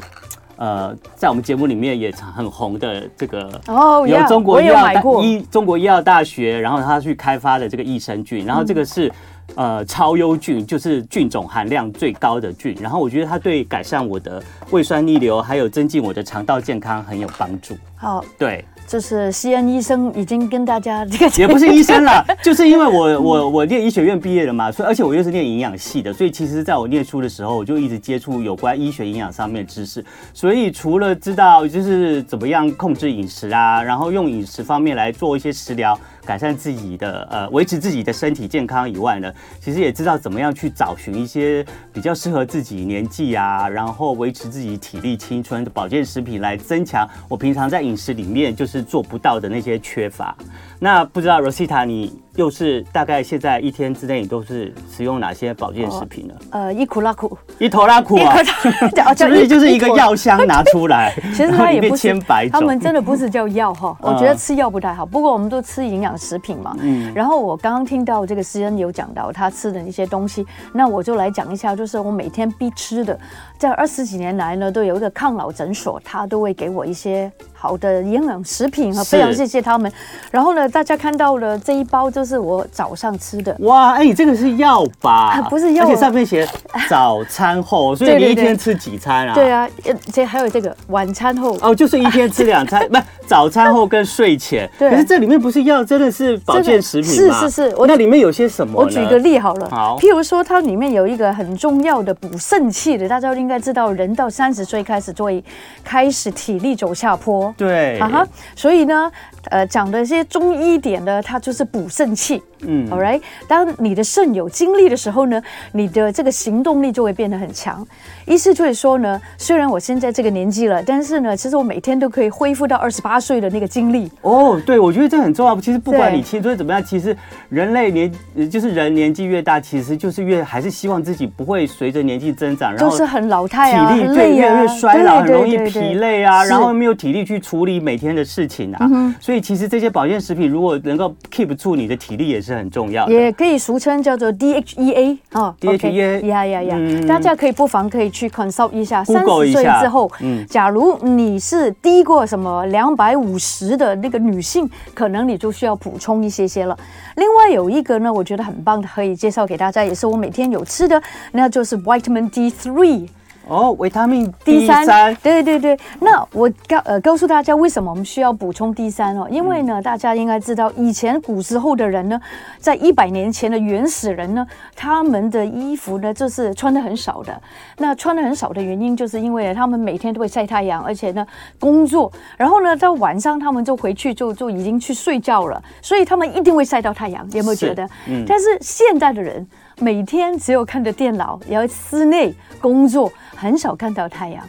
Speaker 3: 呃，在我们节目里面也很红的这个
Speaker 2: 哦
Speaker 3: 由
Speaker 2: 呀
Speaker 3: 中国
Speaker 2: 我
Speaker 3: 医
Speaker 2: 也有
Speaker 3: 药
Speaker 2: 买
Speaker 3: 大
Speaker 2: 过
Speaker 3: 医中国医药大学，然后他去开发的这个益生菌，然后这个是、呃超优菌，就是菌种含量最高的菌，然后我觉得它对改善我的胃酸逆流，还有增进我的肠道健康很有帮助。
Speaker 2: 好，
Speaker 3: 对，
Speaker 2: 就是西安医生已经跟大家这个
Speaker 3: 也不是医生啦，就是因为我我我念医学院毕业的嘛，所以而且我又是念营养系的，所以其实在我念书的时候，我就一直接触有关医学营养上面的知识。所以除了知道就是怎么样控制饮食啊，然后用饮食方面来做一些食疗，改善自己的呃维持自己的身体健康以外呢，其实也知道怎么样去找寻一些比较适合自己年纪啊，然后维持自己体力青春的保健食品来增强我平常在饮食里面就是做不到的那些缺乏。那不知道 Rosita，你又是大概现在一天之内，你都是使用哪些保健食品呢？
Speaker 2: 呃一苦拉苦，
Speaker 3: 一头拉 苦
Speaker 2: 一
Speaker 3: 啊，
Speaker 2: 苦 哦拉
Speaker 3: 是不是就是一个
Speaker 2: 坨
Speaker 3: 药箱拿出来，
Speaker 2: 其实
Speaker 3: 然后
Speaker 2: 它
Speaker 3: 里
Speaker 2: 也
Speaker 3: 面
Speaker 2: 不是
Speaker 3: 千百，
Speaker 2: 他们
Speaker 3: 种？
Speaker 2: 真的不是叫药 哈。我
Speaker 3: 嗯
Speaker 2: 觉得吃药不太好，不过我们都吃营养食品嘛。
Speaker 3: 嗯
Speaker 2: 然后我刚刚听到这个诗恩有讲到他吃的一些东西，那我就来讲一下，就是我每天必吃的，在二十几年来呢，都有一个抗老诊所，他都会给我一些好的营养食品啊，
Speaker 3: 是
Speaker 2: 非常谢谢他们。然后呢，大家看到了这一包，就是我早上吃的。
Speaker 3: 哇，哎、你这个是药吧？
Speaker 2: 啊不是药
Speaker 3: 而且上面写早 餐后，所以你
Speaker 2: 对对
Speaker 3: 一
Speaker 2: 对
Speaker 3: 天吃几餐啊？
Speaker 2: 对。啊，呃这还有这个晚餐后
Speaker 3: 哦，就是一天吃 两餐，不是早餐后跟睡前。
Speaker 2: 对
Speaker 3: 可是这里面不是药，真的是保健食品吗？
Speaker 2: 是是是我
Speaker 3: 那里面有些什么？
Speaker 2: 我举个。例好了，
Speaker 3: 好
Speaker 2: 譬如说它里面有一个很重要的补肾气的，大家应该知道，人到三十岁开始做，开始体力走下坡，
Speaker 3: 对。
Speaker 2: 啊哈，所以呢，呃，讲的一些中医点呢，它就是补肾气。
Speaker 3: 嗯
Speaker 2: a l right，当你的肾有精力的时候呢，你的这个行动力就会变得很强。意思就是说呢，虽然我现在这个年纪了，但是呢，其实我每天都可以恢复到二十八岁的那个精力。
Speaker 3: 哦，对，我觉得这很重要。其实不管
Speaker 2: 对
Speaker 3: 你青春怎么样，其实人类年呃就是人年纪越大，其实就是越还是希望自己不会随着年纪增长，然
Speaker 2: 就
Speaker 3: 后
Speaker 2: 是很老态
Speaker 3: 体
Speaker 2: 啊，
Speaker 3: 力
Speaker 2: 很
Speaker 3: 对
Speaker 2: 累
Speaker 3: 越
Speaker 2: 啊，
Speaker 3: 来越衰老，很
Speaker 2: 对
Speaker 3: 容易
Speaker 2: 对对对
Speaker 3: 疲累啊，
Speaker 2: 是
Speaker 3: 然后没有体力去处理每天的事情
Speaker 2: 嗯
Speaker 3: 啊。所以其实这些保健食品如果能够 keep 住你的体力，也是很重要的。
Speaker 2: 也可以俗称叫做 DHEA 哦
Speaker 3: DHEA
Speaker 2: 呀呀呀
Speaker 3: E 嗯，
Speaker 2: 大家可以不妨可以去 consult 一下，三
Speaker 3: Google
Speaker 2: 十
Speaker 3: 一
Speaker 2: 岁
Speaker 3: 下
Speaker 2: 之后
Speaker 3: 嗯，
Speaker 2: 假如你是低过什么两百五十的那个女性，可能你就需要补充一些些了。另外有一个呢，我觉得很棒的，可以介绍给大家，也是我每天有吃的，那就是 vitamin D3。
Speaker 3: 哦，维他命 D
Speaker 2: 第
Speaker 3: 三
Speaker 2: 三，对对对。那我告呃告诉大家，为什么我们需要补充 D 三哦？因为呢，
Speaker 3: 嗯
Speaker 2: 大家应该知道，以前古时候的人呢，在一百年前的原始人呢，他们的衣服呢，就是穿的很少的。那穿的很少的原因，就是因为他们每天都会晒太阳，而且呢工作，然后呢到晚上他们就回去就就已经去睡觉了，所以他们一定会晒到太阳。有没有
Speaker 3: 是
Speaker 2: 觉得？
Speaker 3: 嗯
Speaker 2: 但是现在的人每天只有看着电脑，然后室内工作，很少看到太阳。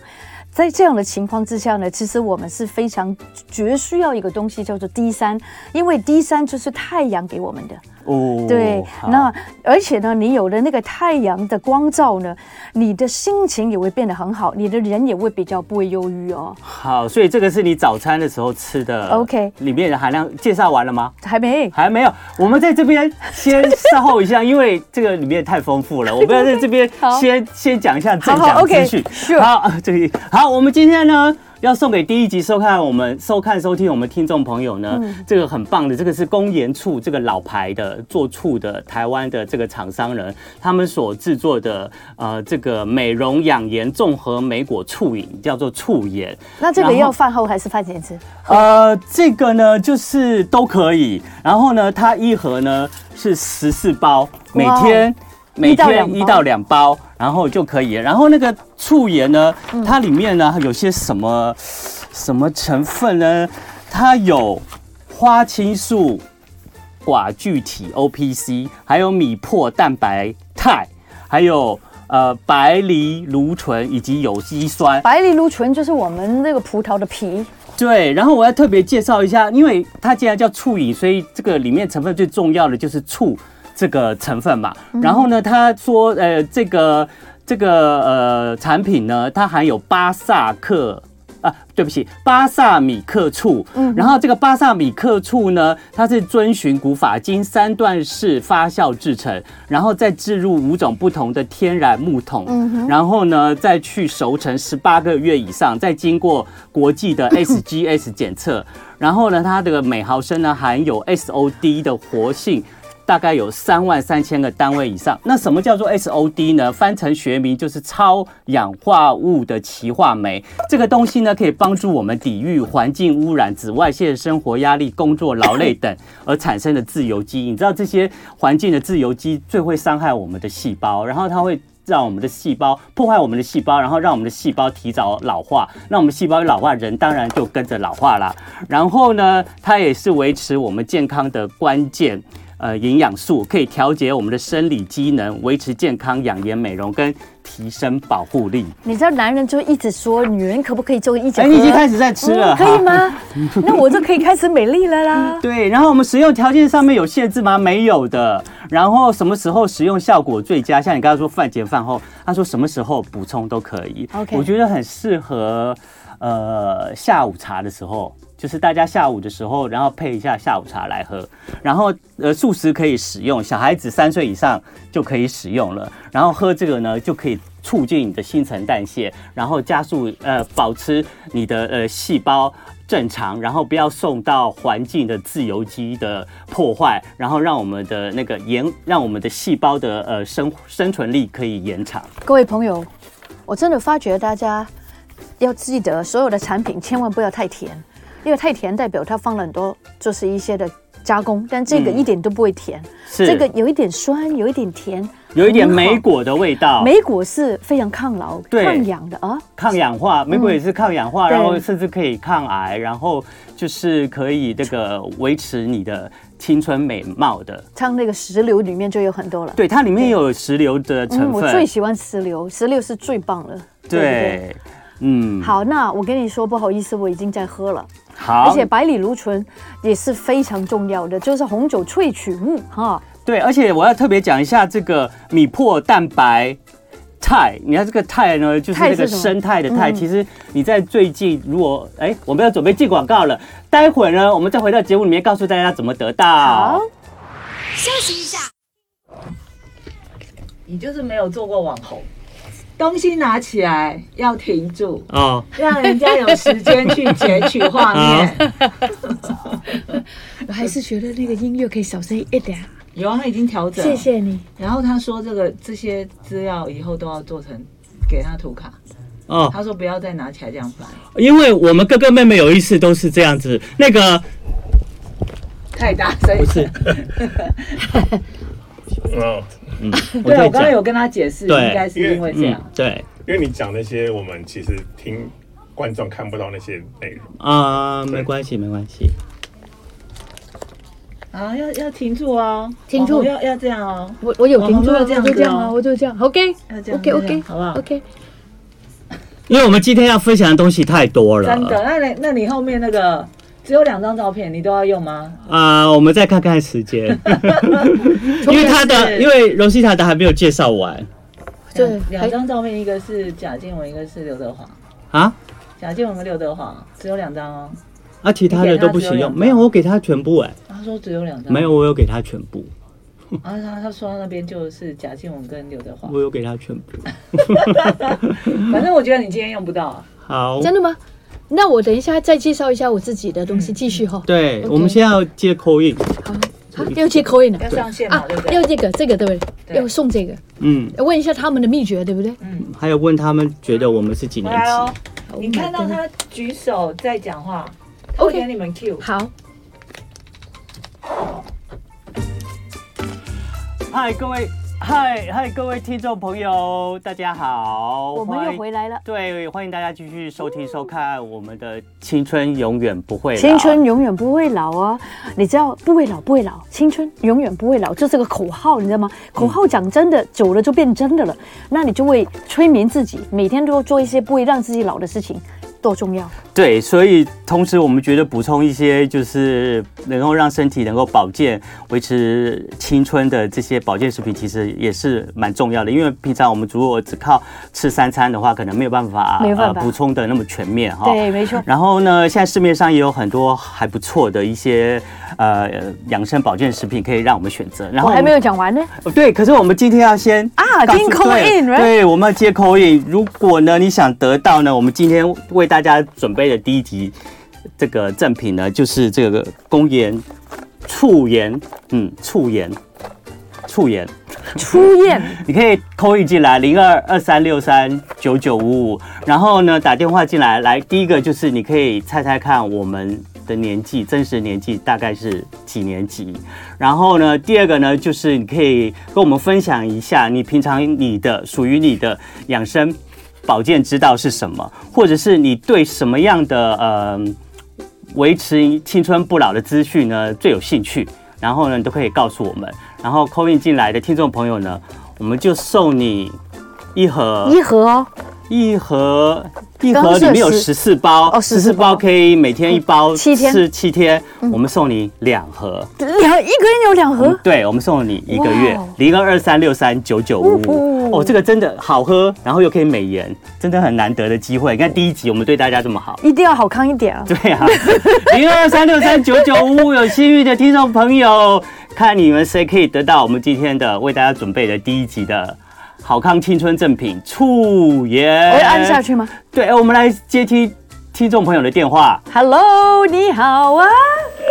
Speaker 2: 在这样的情况之下呢，其实我们是非常绝需要一个东西叫做 D 三，因为 D 三就是太阳给我们的。
Speaker 3: 哦，
Speaker 2: 对，
Speaker 3: 好
Speaker 2: 那而且呢，你有了那个太阳的光照呢，你的心情也会变得很好，你的人也会比较不会忧郁哦。
Speaker 3: 好，所以这个是你早餐的时候吃的
Speaker 2: OK
Speaker 3: 里面的含量介绍完了吗？
Speaker 2: 还没，
Speaker 3: 还没有，我们在这边先稍后一下，因为这个里面太丰富 了，我们要在这边
Speaker 2: 好
Speaker 3: 先先讲一下正
Speaker 2: 好
Speaker 3: 讲
Speaker 2: 好
Speaker 3: 资讯。
Speaker 2: ，OK，sure
Speaker 3: 好，这个好，我们今天呢。要送给第一集收看我们收看收听我们听众朋友呢，
Speaker 2: 嗯
Speaker 3: 这个很棒的，这个是工研处这个老牌的做醋的台湾的这个厂商人，他们所制作的呃这个美容养颜综合莓果醋饮，叫做醋盐。
Speaker 7: 那这个
Speaker 3: 然后
Speaker 7: 要饭后还是饭前吃？
Speaker 3: 呃，这个呢就是都可以。然后呢，它一盒呢是十四包，每
Speaker 7: 哇哦
Speaker 3: 天每
Speaker 7: 到
Speaker 3: 天
Speaker 7: 两
Speaker 3: 一
Speaker 7: 包
Speaker 3: 到两包，然后就可以。然后那个醋盐呢，它里面呢有些什么什么成分呢？它有花青素、寡聚体 OPC，还有米粕蛋白肽，还有呃白藜芦醇以及有机酸。
Speaker 7: 白藜芦醇就是我们那个葡萄的皮，
Speaker 3: 对，然后我要特别介绍一下，因为它既然叫醋饮，所以这个里面成分最重要的就是醋这个成分嘛。然后呢，他说，呃，这个这个呃产品呢，它含有巴萨克。啊，对不起，巴萨米克醋。然后这个巴萨米克醋呢，它是遵循古法，经三段式发酵制成，然后再置入五种不同的天然木桶，然后呢再去熟成十八个月以上，再经过国际的 SGS 检测，然后呢它的每毫升呢含有 SOD 的活性。大概有三万三千个单位以上。那什么叫做 SOD 呢？翻成学名就是超氧化物的歧化酶。这个东西呢，可以帮助我们抵御环境污染、紫外线、生活压力、工作劳累等而产生的自由基。你知道这些环境的自由基最会伤害我们的细胞，然后它会。让我们的细胞破坏我们的细胞，然后让我们的细胞提早老化。那我们细胞一老化，人当然就跟着老化啦。然后呢，它也是维持我们健康的关键。呃，营养素可以调节我们的生理机能，维持健康、养颜美容跟提升保护力。
Speaker 7: 你知道男人就一直说女人可不可以就一直
Speaker 3: 哎、
Speaker 7: 喝？
Speaker 3: 你已经开始在吃
Speaker 7: 嗯
Speaker 3: 了，
Speaker 7: 可以 吗？那我就可以开始美丽了
Speaker 2: 啊
Speaker 7: 啦。
Speaker 3: 对，然后我们使用条件上面有限制吗？没有的。然后什么时候使用效果最佳？像你刚才说饭前饭后，他说什么时候补充都可以。
Speaker 7: OK
Speaker 3: 我觉得很适合，呃，下午茶的时候，就是大家下午的时候，然后配一下下午茶来喝。然后呃，素食可以使用，小孩子三岁以上就可以使用了。然后喝这个呢，就可以促进你的新陈代谢，然后加速呃保持你的呃细胞正常，然后不要受到环境的自由基的破坏，然后让我们的那个延让我们的细胞的呃生生存力可以延长。
Speaker 7: 各位朋友，我真的发觉大家要记得，所有的产品千万不要太甜，因为太甜代表它放了很多就是一些的加工，但这个
Speaker 3: 嗯
Speaker 7: 一点都不会甜，
Speaker 3: 是
Speaker 7: 这个有一点酸，有一点甜，
Speaker 3: 有一点
Speaker 7: 很好
Speaker 3: 莓。果的味道，
Speaker 7: 莓果是非常抗老、
Speaker 3: 对
Speaker 7: 抗氧的啊，
Speaker 3: 抗氧化，莓果也是抗氧化，
Speaker 7: 对
Speaker 3: 然后甚至可以抗癌，然后就是可以这 个维持你的青春美貌的。
Speaker 7: 像那个石榴里面就有很多了。
Speaker 3: 对，它里面有石榴的成
Speaker 7: 嗯我
Speaker 3: 分。
Speaker 7: 最喜欢石榴，石榴是最棒的。
Speaker 3: 对
Speaker 7: 不对。
Speaker 3: 嗯，
Speaker 7: 好，那我跟你说，不好意思，我已经在喝了。
Speaker 3: 好，
Speaker 7: 而且白藜芦醇也是非常重要的，就是红酒萃取物哈。
Speaker 3: 对，而且我要特别讲一下这个米粕蛋白肽。你看这个肽呢，就是
Speaker 7: 肽
Speaker 3: 这
Speaker 7: 是
Speaker 3: 个
Speaker 7: 什么嗯
Speaker 3: 生态的肽。其实你在最近，如果哎，我们要准备进广告了，待会儿呢，我们再回到节目里面告诉大家怎么得到
Speaker 7: 好。，
Speaker 4: 你就是没有做过网红。东西拿起来要停住，
Speaker 3: 哦，
Speaker 4: 让人家有时间去截取画 面。
Speaker 5: 我还是觉得那个音乐可以小声一点啊。
Speaker 4: 有啊，他已经调整。
Speaker 5: 谢。谢你，
Speaker 4: 然后他说这个这些资料以后都要做成给他图卡，
Speaker 3: 哦，
Speaker 4: 他说不要再拿起来这样翻，
Speaker 3: 因为我们哥哥妹妹有一次都是这样子，那个
Speaker 4: 太大声。
Speaker 3: 不是，
Speaker 6: 嗯，
Speaker 3: 嗯，
Speaker 4: 对，
Speaker 3: 在
Speaker 4: 我刚刚
Speaker 3: 讲
Speaker 4: 有跟他解释，
Speaker 3: 对
Speaker 4: 应该是因为这样。
Speaker 3: 嗯，对，
Speaker 6: 因为你讲那些，我们其实听观众看不到那些内容。
Speaker 3: 啊，没关系，没关系，嗯
Speaker 4: 啊，要要停住哦，
Speaker 5: 停住
Speaker 4: 网红要要这样哦，
Speaker 5: 我我有停住
Speaker 4: 我
Speaker 5: 啊，
Speaker 4: 们就
Speaker 5: 我
Speaker 4: 这样
Speaker 5: 就这样
Speaker 4: 子
Speaker 5: 啊，
Speaker 4: 哦
Speaker 5: 我就这样，OK
Speaker 4: 要这样
Speaker 5: OK
Speaker 4: 这
Speaker 5: OK，
Speaker 4: 样好不好
Speaker 5: ？OK，
Speaker 3: 因为我们今天要分享的东西太多了，
Speaker 4: 真的。那你那你后面那个只有两张照片，你都要用吗？
Speaker 3: 啊、我们再看看时 间，因为他的，因为柔西塔的还没有介绍完
Speaker 5: 对，
Speaker 4: 两张照片，一个是贾静雯，一个是刘德华。
Speaker 3: 啊
Speaker 4: 贾静雯跟刘德华只有两张哦，
Speaker 3: 啊，其他的都不行
Speaker 4: 你给他只有两
Speaker 3: 用，
Speaker 4: 张嗯
Speaker 3: 没有，我给他全部哎、
Speaker 4: 他说只有两张，
Speaker 3: 没有，我有给他全部，
Speaker 4: 啊，他他说他那边就是贾静雯跟刘德华，
Speaker 3: 我有给他全部，
Speaker 4: 反正我觉得你今天用不到啊，
Speaker 3: 好，
Speaker 5: 真的吗？那我等一下再介绍一下我自己的东西，继续哈。
Speaker 3: 对
Speaker 5: OK
Speaker 3: 我们现在要接口音，
Speaker 5: 啊，要接口音了
Speaker 4: 要上线嘛，
Speaker 5: 啊
Speaker 4: 对不，对
Speaker 5: 要？这个这个对不对？嗯
Speaker 4: 对
Speaker 5: 要送这个，
Speaker 3: 嗯，
Speaker 5: 问一下他们的秘诀对不对？
Speaker 3: 还有问他们觉得我们是几
Speaker 4: 回
Speaker 3: 年
Speaker 4: 来
Speaker 3: 级
Speaker 4: 哦，
Speaker 5: Oh
Speaker 4: 你
Speaker 5: my
Speaker 4: 看到
Speaker 5: goodness
Speaker 4: 他举手在讲话，我
Speaker 5: OK
Speaker 4: 给你们 Q。
Speaker 5: 好，
Speaker 3: 嗨，各位，嗨嗨，各位听众朋友，大家好，
Speaker 2: 我们
Speaker 3: 欢
Speaker 2: 又
Speaker 3: 迎
Speaker 2: 回来了。
Speaker 3: 对，欢迎大家继续收听收看我们的《青春永远不会老》。
Speaker 2: 青春永远不会老啊！你知道不会老，不会老，青春永远不会老，这是个口号，你知道吗？
Speaker 5: 嗯
Speaker 2: 口号讲真的，久了就变真的了。那你就会催眠自己，每天都做一些不会让自己老的事情，多重要！
Speaker 3: 对，所以同时我们觉得补充一些就是能够让身体能够保健、维持青春的这些保健食品，其实也是蛮重要的。因为平常我们如果只靠吃三餐的话，可能没有办法呃
Speaker 2: 没有办法
Speaker 3: 补充的那么全面哈。
Speaker 2: 对，没错。
Speaker 3: 然后呢，现在市面上也有很多还不错的一些呃养生保健食品可以让我们选择。然后
Speaker 2: 我还
Speaker 3: 们
Speaker 2: 没有讲完呢。
Speaker 3: 哦对，可是我们今天要先
Speaker 2: 啊
Speaker 3: 告诉
Speaker 2: 今天 call
Speaker 3: 对
Speaker 2: in，right？
Speaker 3: 对，我们要接 call in。如果呢你想得到呢，我们今天为大家准备的第一题这个赠品呢，就是这个公盐醋盐，嗯，醋盐。醋盐，
Speaker 2: 初宴，
Speaker 3: 你可以 call in 进来零二二三六三九九五五，然后呢打电话进来，来第一个就是你可以猜猜看我们的年纪，真实年纪大概是几年级，然后呢，第二个呢，就是你可以跟我们分享一下你平常你的属于你的养生保健之道是什么，或者是你对什么样的呃维持青春不老的资讯呢最有兴趣，然后呢，你都可以告诉我们。然后扣印进来的听众朋友呢，我们就送你一盒
Speaker 2: 一盒哦，
Speaker 3: 一盒一
Speaker 2: 刚
Speaker 3: 盒
Speaker 2: 刚
Speaker 3: 里
Speaker 2: 是
Speaker 3: 面有
Speaker 2: 十
Speaker 3: 十四包，
Speaker 2: 哦
Speaker 3: 十
Speaker 2: 14
Speaker 3: 四包
Speaker 2: 包嗯
Speaker 3: 可以每天一包，
Speaker 2: 七天嗯
Speaker 3: 吃七天，我们送你两盒。
Speaker 2: 两一个人有两盒
Speaker 3: 嗯，对，我们送了你一个月
Speaker 2: 哇哦
Speaker 3: 零二二三六三九九五五。
Speaker 2: 哦
Speaker 3: 哦，这个真的好喝，然后又可以美颜，真的很难得的机会。你看第一集我们对大家这 么好。
Speaker 2: 一定要好康一点啊！
Speaker 3: 对啊，零二三六三九九五五有幸运的听众朋友，看你们谁可以得到我们今天的为大家准备的第一集的好康青春赠品醋盐。
Speaker 2: 我要按下。去吗
Speaker 3: 对，哎我们来接听听众朋友的电话。
Speaker 2: ？Hello，你好啊！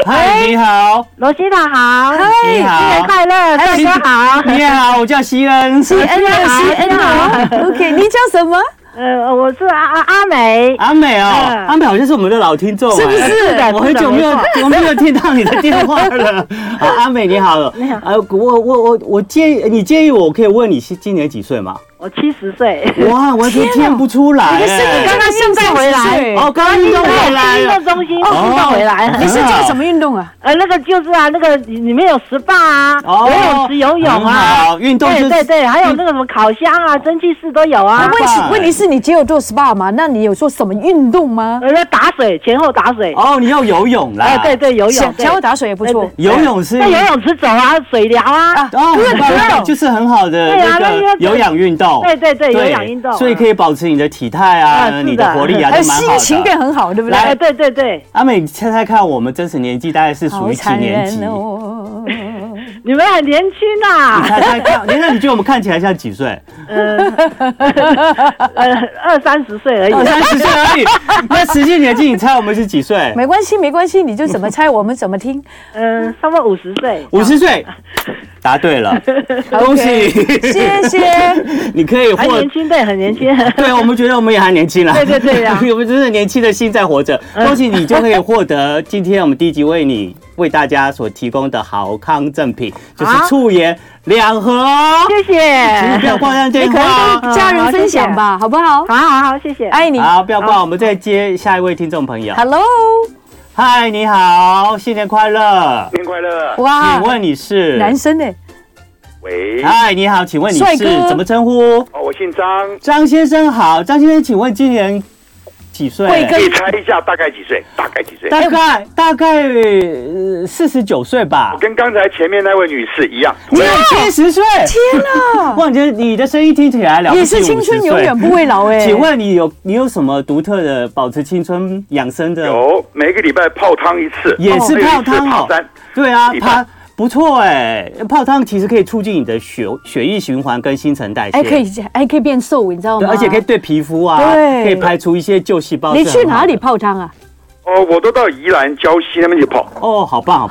Speaker 3: 嗨，你好，
Speaker 8: 罗西塔好，
Speaker 3: 你
Speaker 8: 新年
Speaker 3: 好，
Speaker 8: 快乐，大家好。
Speaker 3: 你好，我叫西恩。
Speaker 2: 西恩啊，西恩啊，OK，你叫什 么？
Speaker 8: 呃，我是阿阿阿美，
Speaker 3: 阿美哦，
Speaker 8: 嗯
Speaker 3: 阿美好像是我们的老听众，是不
Speaker 8: 是的是的
Speaker 3: 我很久没有
Speaker 8: 没
Speaker 3: 我没有听到你的电话 了。好，阿美你好，你
Speaker 8: 好
Speaker 3: 呃，我我我我介意，你介意我我可以问你是今年几岁吗？
Speaker 8: 我七十岁。
Speaker 3: 哇，完全听不出来。
Speaker 2: 你的声音
Speaker 3: 哎
Speaker 2: 刚刚现在回来，
Speaker 3: 哦，哎刚刚运动回来
Speaker 8: 运
Speaker 3: 了，
Speaker 8: 动中心运动回来了
Speaker 2: 你，是做什
Speaker 3: 么？
Speaker 2: 么运动 啊？
Speaker 8: 呃，那个就是啊，那个里面有 SPA 啊，
Speaker 3: 哦
Speaker 8: 游泳池游泳啊，
Speaker 3: 很好运动就
Speaker 8: 对
Speaker 3: 是
Speaker 8: 对对，还有那个什么烤箱啊、蒸汽室都有啊
Speaker 3: 很。
Speaker 2: 问
Speaker 3: 棒
Speaker 2: 题问题是你只有做 SPA 吗？那你有做什么运动吗？
Speaker 8: 呃，那打水前后打水，
Speaker 3: 哦，你要游泳啦？
Speaker 8: 哎，对，对，游
Speaker 2: 前
Speaker 8: 泳，对
Speaker 2: 前后打水也不错。
Speaker 3: 游泳是
Speaker 8: 在游泳池走啊，水疗啊，
Speaker 3: 哦，很棒很棒，就是很好的
Speaker 8: 对啊
Speaker 3: 那
Speaker 8: 那
Speaker 3: 个
Speaker 8: 个
Speaker 3: 有氧运动，
Speaker 8: 对对对有氧运动
Speaker 3: 所以可以保持你的体态
Speaker 8: 啊
Speaker 3: 啊，
Speaker 8: 是的
Speaker 3: 你的活力啊，
Speaker 2: 还有
Speaker 3: 都蛮好
Speaker 2: 心
Speaker 3: 的。
Speaker 2: 情变很好，对不对？
Speaker 8: 哎，对对对，
Speaker 3: 阿美，你猜猜看，我们真实年纪大概是属
Speaker 2: 好
Speaker 3: 于几
Speaker 2: 残
Speaker 3: 年级？
Speaker 2: 忍哦！
Speaker 8: 你们很年轻
Speaker 3: 你
Speaker 8: 啊，
Speaker 3: 猜猜看，你看你觉得我们看起来像 几岁？
Speaker 8: 呃，呃， 二三十岁而已。
Speaker 3: 二哦三十岁而已。那实际年纪，你猜我们是几岁？
Speaker 2: 没关系，没关系，你就怎么 猜，我们怎么听。
Speaker 8: 嗯，差不多五十岁。
Speaker 3: 五十岁， 答对 了，恭喜！
Speaker 2: 谢谢。
Speaker 3: 你可以
Speaker 8: 还
Speaker 3: 获
Speaker 8: 年。轻，对，很年轻。
Speaker 3: 对，啊我们觉得我们也还年轻啦。
Speaker 8: 对对对啊 嗯
Speaker 3: 我们真的年轻的心在活着。恭喜你就可以获得今天我们第一集为你为大家所提供的好康赠品，就是
Speaker 8: 好
Speaker 3: 醋盐两盒。
Speaker 8: 谢
Speaker 3: 请你不
Speaker 8: 谢。
Speaker 3: 要挂断电
Speaker 2: 可能
Speaker 3: 话。
Speaker 2: 跟家人分享吧，好不好？
Speaker 8: 好好好，谢谢。
Speaker 3: 哎
Speaker 2: 爱你。
Speaker 3: 好，不要
Speaker 8: 哦
Speaker 3: 挂，我们再接下一位听众朋友。
Speaker 2: Hello，
Speaker 3: 嗨，你好，新年快乐！
Speaker 9: 新年快乐！
Speaker 2: 哇
Speaker 3: 请，问你
Speaker 2: 啊
Speaker 3: 是？
Speaker 2: 男生呢？
Speaker 9: 喂，
Speaker 3: 嗨，你好，请问你
Speaker 2: 帅
Speaker 3: 是
Speaker 2: 哥
Speaker 3: 怎么称呼？
Speaker 9: 哦，我姓张，
Speaker 3: 张先生好，张先生，请问今年几岁？
Speaker 2: 贵庚
Speaker 9: 你猜一下大概几岁？大概几岁？
Speaker 3: 大概大概呃四十九岁吧
Speaker 9: 我。跟刚才前面那位女士一样，
Speaker 3: 你有七十岁？
Speaker 2: 天哪，
Speaker 3: 哇，你的你的声音听起来了不起
Speaker 2: 也是青春
Speaker 3: 50岁
Speaker 2: 永远不会老哎。
Speaker 3: 请问你有你有什么独特的保持青春养生的？
Speaker 9: 有每个礼拜泡汤一次，
Speaker 3: 也是
Speaker 9: 哦
Speaker 3: 泡汤哦
Speaker 9: 还有一次爬山，
Speaker 3: 对啊，
Speaker 9: 礼拜
Speaker 3: 爬不错哎、泡汤其实可以促进你的血血液循环跟新陈代谢，
Speaker 2: 还哎可以还可以变瘦，你知道
Speaker 3: 对，
Speaker 2: 吗？
Speaker 3: 而且可以对皮肤啊，
Speaker 2: 哦对
Speaker 3: 可以排除一些旧细胞。
Speaker 2: 你去哪里？泡汤啊？
Speaker 9: 哦，我都到宜兰礁溪那边去泡，
Speaker 3: 哦，好棒好
Speaker 2: 哦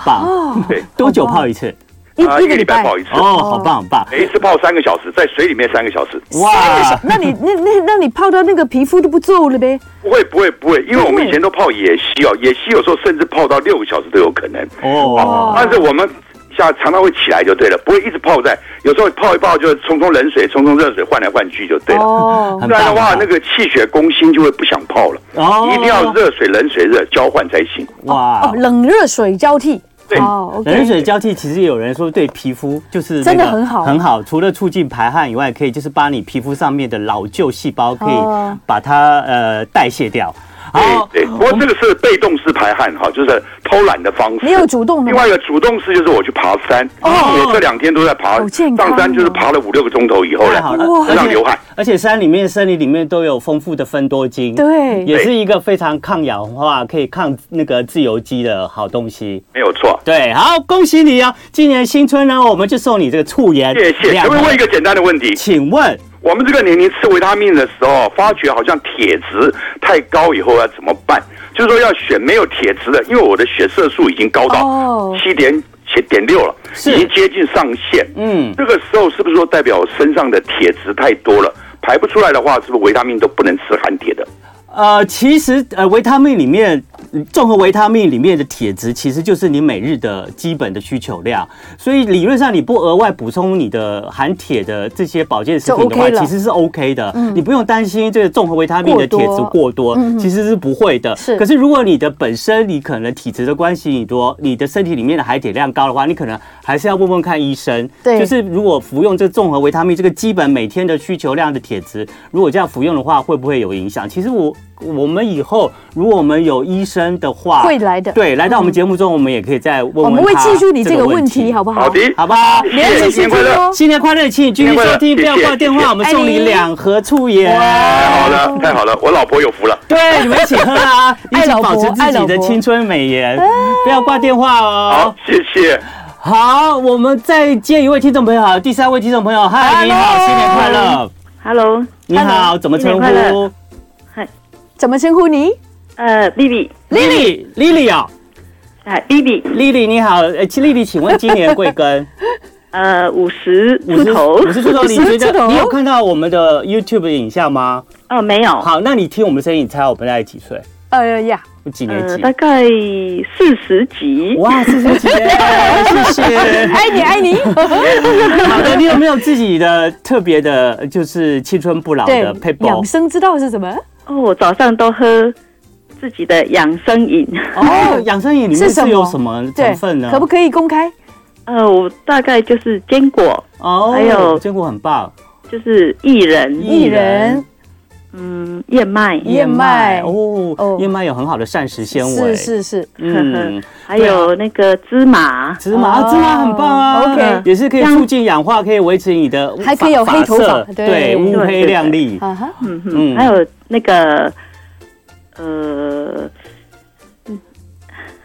Speaker 3: 棒！
Speaker 9: 对，
Speaker 3: 多久泡一次？
Speaker 2: 一
Speaker 9: 啊，
Speaker 2: 一
Speaker 9: 一
Speaker 2: 个
Speaker 9: 个
Speaker 2: 礼
Speaker 9: 礼
Speaker 2: 拜
Speaker 9: 拜。泡一次，
Speaker 3: 哦，好棒好棒！
Speaker 9: 每一次泡三个小时，在水里面三个小时。
Speaker 3: 哇，
Speaker 2: 那你那那那你泡到那个皮肤都不皱了呗？
Speaker 9: 不会不会不会，因为我们以前都泡野溪哦，野溪有时候甚至泡到六个小时都有可能。
Speaker 3: 哦，
Speaker 9: 但是我们下常常会起来就对了，不会一直泡在，有时候泡一泡就冲冲冷水，冲冲热水，换来换去就对了。
Speaker 2: 哦，
Speaker 3: 很
Speaker 9: 不然的
Speaker 3: 棒
Speaker 9: 话，
Speaker 3: 啊
Speaker 9: 那个气血攻心就会不想泡了，
Speaker 3: 哦
Speaker 9: 一定要热水冷水热交换才行。
Speaker 3: 哇
Speaker 7: 哦，，冷热水交替，
Speaker 9: 对，
Speaker 2: 哦，OK，
Speaker 3: 冷水交替其实有人说对皮肤就是那个
Speaker 2: 真的很好
Speaker 3: 很好。除了促进排汗以外，可以就是把你皮肤上面的老旧细胞可以
Speaker 2: 哦
Speaker 3: 把它呃代谢掉。好，
Speaker 9: 对对。不过这个是被动式排汗哈，就是偷懒的方式。
Speaker 7: 没有主动的
Speaker 9: 另
Speaker 7: 吗
Speaker 9: 外一个主动式就是我去爬山，我这两天都在爬，
Speaker 2: 好健康哦
Speaker 9: 上山就是爬了五六个钟头以后
Speaker 3: 太好了
Speaker 9: 了，
Speaker 3: 而
Speaker 9: 身上
Speaker 3: 且
Speaker 9: 流汗。
Speaker 3: 而且山里面、森林里面都有丰富的分多精，
Speaker 2: 对
Speaker 3: 也是一个非常抗氧化、可以抗那个自由基的好东西。
Speaker 9: 没有错。
Speaker 3: 对，好，恭喜你哦！今年新春呢，我们就送你这个醋盐
Speaker 9: 谢谢。
Speaker 3: 两
Speaker 9: 可不可以问一
Speaker 3: 盒。
Speaker 9: 个简单的问题？
Speaker 3: 请问
Speaker 9: 我们这个年龄吃维他命的时候，发觉好像铁质太高，以后要怎么办？就是说要选没有铁质的，因为我的血色素已经高到
Speaker 2: 哦
Speaker 9: 七点七点六了，
Speaker 3: 是
Speaker 9: 已经接近上限。
Speaker 3: 嗯
Speaker 9: 这个时候是不是说代表我身上的铁质太多了？排不出来的话，是不是维他命都不能吃含铁的？
Speaker 3: 呃，其实呃，维他命里面，嗯综合维他命里面的铁质，其实就是你每日的基本的需求量。所以理论上，你不额外补充你的含铁的这些保健食品的
Speaker 2: 就
Speaker 3: 话，
Speaker 2: OK 了嗯
Speaker 3: 其实是 OK 的。你不用担心这个综合维他命的铁质过多，其实是不会的。
Speaker 2: 是
Speaker 3: 可是如果你的本身你可能体质的关系，你多你的身体里面的含铁量高的话，你可能还是要问问看医生。
Speaker 2: 对
Speaker 3: 就是如果服用这综合维他命这个基本每天的需求量的铁质，如果这样服用的话，会不会有影响？其实我我们以后如果我们有医生的话，
Speaker 2: 会来的
Speaker 3: 对，来到我们节目中，我们也可以再问问
Speaker 2: 我们会
Speaker 3: 他
Speaker 2: 记住你这个问
Speaker 3: 这
Speaker 2: 题，好不好？
Speaker 9: 好的，
Speaker 3: 哦好不好？
Speaker 9: 谢谢新年快乐！
Speaker 3: 新年快乐，请你继续收听，
Speaker 9: 新年
Speaker 3: 不
Speaker 9: 快乐
Speaker 3: 要
Speaker 9: 谢谢
Speaker 3: 挂电
Speaker 9: 谢谢
Speaker 3: 话，我们送你
Speaker 2: 爱你
Speaker 3: 两盒醋盐。
Speaker 9: 太好了，太好了，我老婆有福了。
Speaker 3: 对，你们一起喝啊，一
Speaker 2: 爱
Speaker 3: 起
Speaker 2: 老婆
Speaker 3: 保持自
Speaker 2: 爱
Speaker 3: 己
Speaker 2: 老
Speaker 3: 的
Speaker 2: 婆
Speaker 3: 青春美颜，不要挂电话哦
Speaker 9: 好。，谢谢。
Speaker 3: 好，我们再接一位听众朋友，好，第三位听众朋友，嗨，你好，新年快乐，
Speaker 8: Hello，
Speaker 3: 你好，怎么称
Speaker 8: 新年快
Speaker 3: 呼
Speaker 2: 怎么称呼你？
Speaker 8: 呃，BB，
Speaker 3: ？Lily，Lily 哦
Speaker 8: 哎，BB，
Speaker 3: ，Lily 你好，呃，其 Lily，请问今年贵庚？
Speaker 8: 呃，五十
Speaker 3: 五
Speaker 8: 出头，
Speaker 3: 五十出头，你觉
Speaker 2: 出
Speaker 3: 得
Speaker 2: 头
Speaker 3: 你有看到我们的 YouTube 影像吗？
Speaker 8: 哦，没有，
Speaker 3: 好，那你听我们声音，你猜我们大概几岁？
Speaker 2: 呃呀，
Speaker 3: 几年
Speaker 8: 呃，
Speaker 3: 级？
Speaker 8: 大概四十几，
Speaker 3: 哇，谢谢姐姐，谢谢。
Speaker 2: 爱你爱你，
Speaker 3: 好的，你有没有自己的特别的，就是青春不老
Speaker 2: 对
Speaker 3: 的配，宝
Speaker 2: 养？生之道是什么？
Speaker 8: 哦，我早上都喝自己的养生饮，
Speaker 3: 哦，养生饮里面
Speaker 2: 是什
Speaker 3: 是
Speaker 2: 么
Speaker 3: 有什么成分呢？
Speaker 2: 可不可以公开？
Speaker 8: 呃，我大概就是坚果，
Speaker 3: 哦，
Speaker 8: 还有
Speaker 3: 坚果很棒，
Speaker 8: 就是薏仁，
Speaker 2: 薏仁、
Speaker 8: 嗯，燕麦，
Speaker 2: 燕麦
Speaker 3: 哦
Speaker 2: 哦，
Speaker 3: 燕麦有很好的膳食纤
Speaker 2: 是
Speaker 3: 维，
Speaker 2: 是是，
Speaker 8: 呵
Speaker 3: 嗯
Speaker 8: 呵，，还有那个芝麻，
Speaker 3: 芝麻
Speaker 2: 哦
Speaker 3: 芝麻很棒啊
Speaker 2: OK
Speaker 3: 也是可以促进氧化，可以维持你的
Speaker 2: 还可以有黑头发
Speaker 3: 色
Speaker 2: 对
Speaker 3: 对，乌
Speaker 8: 对
Speaker 3: 黑
Speaker 8: 对
Speaker 3: 亮丽，
Speaker 2: 啊哈，
Speaker 8: 嗯
Speaker 3: 嗯
Speaker 8: 哼，还有那个呃，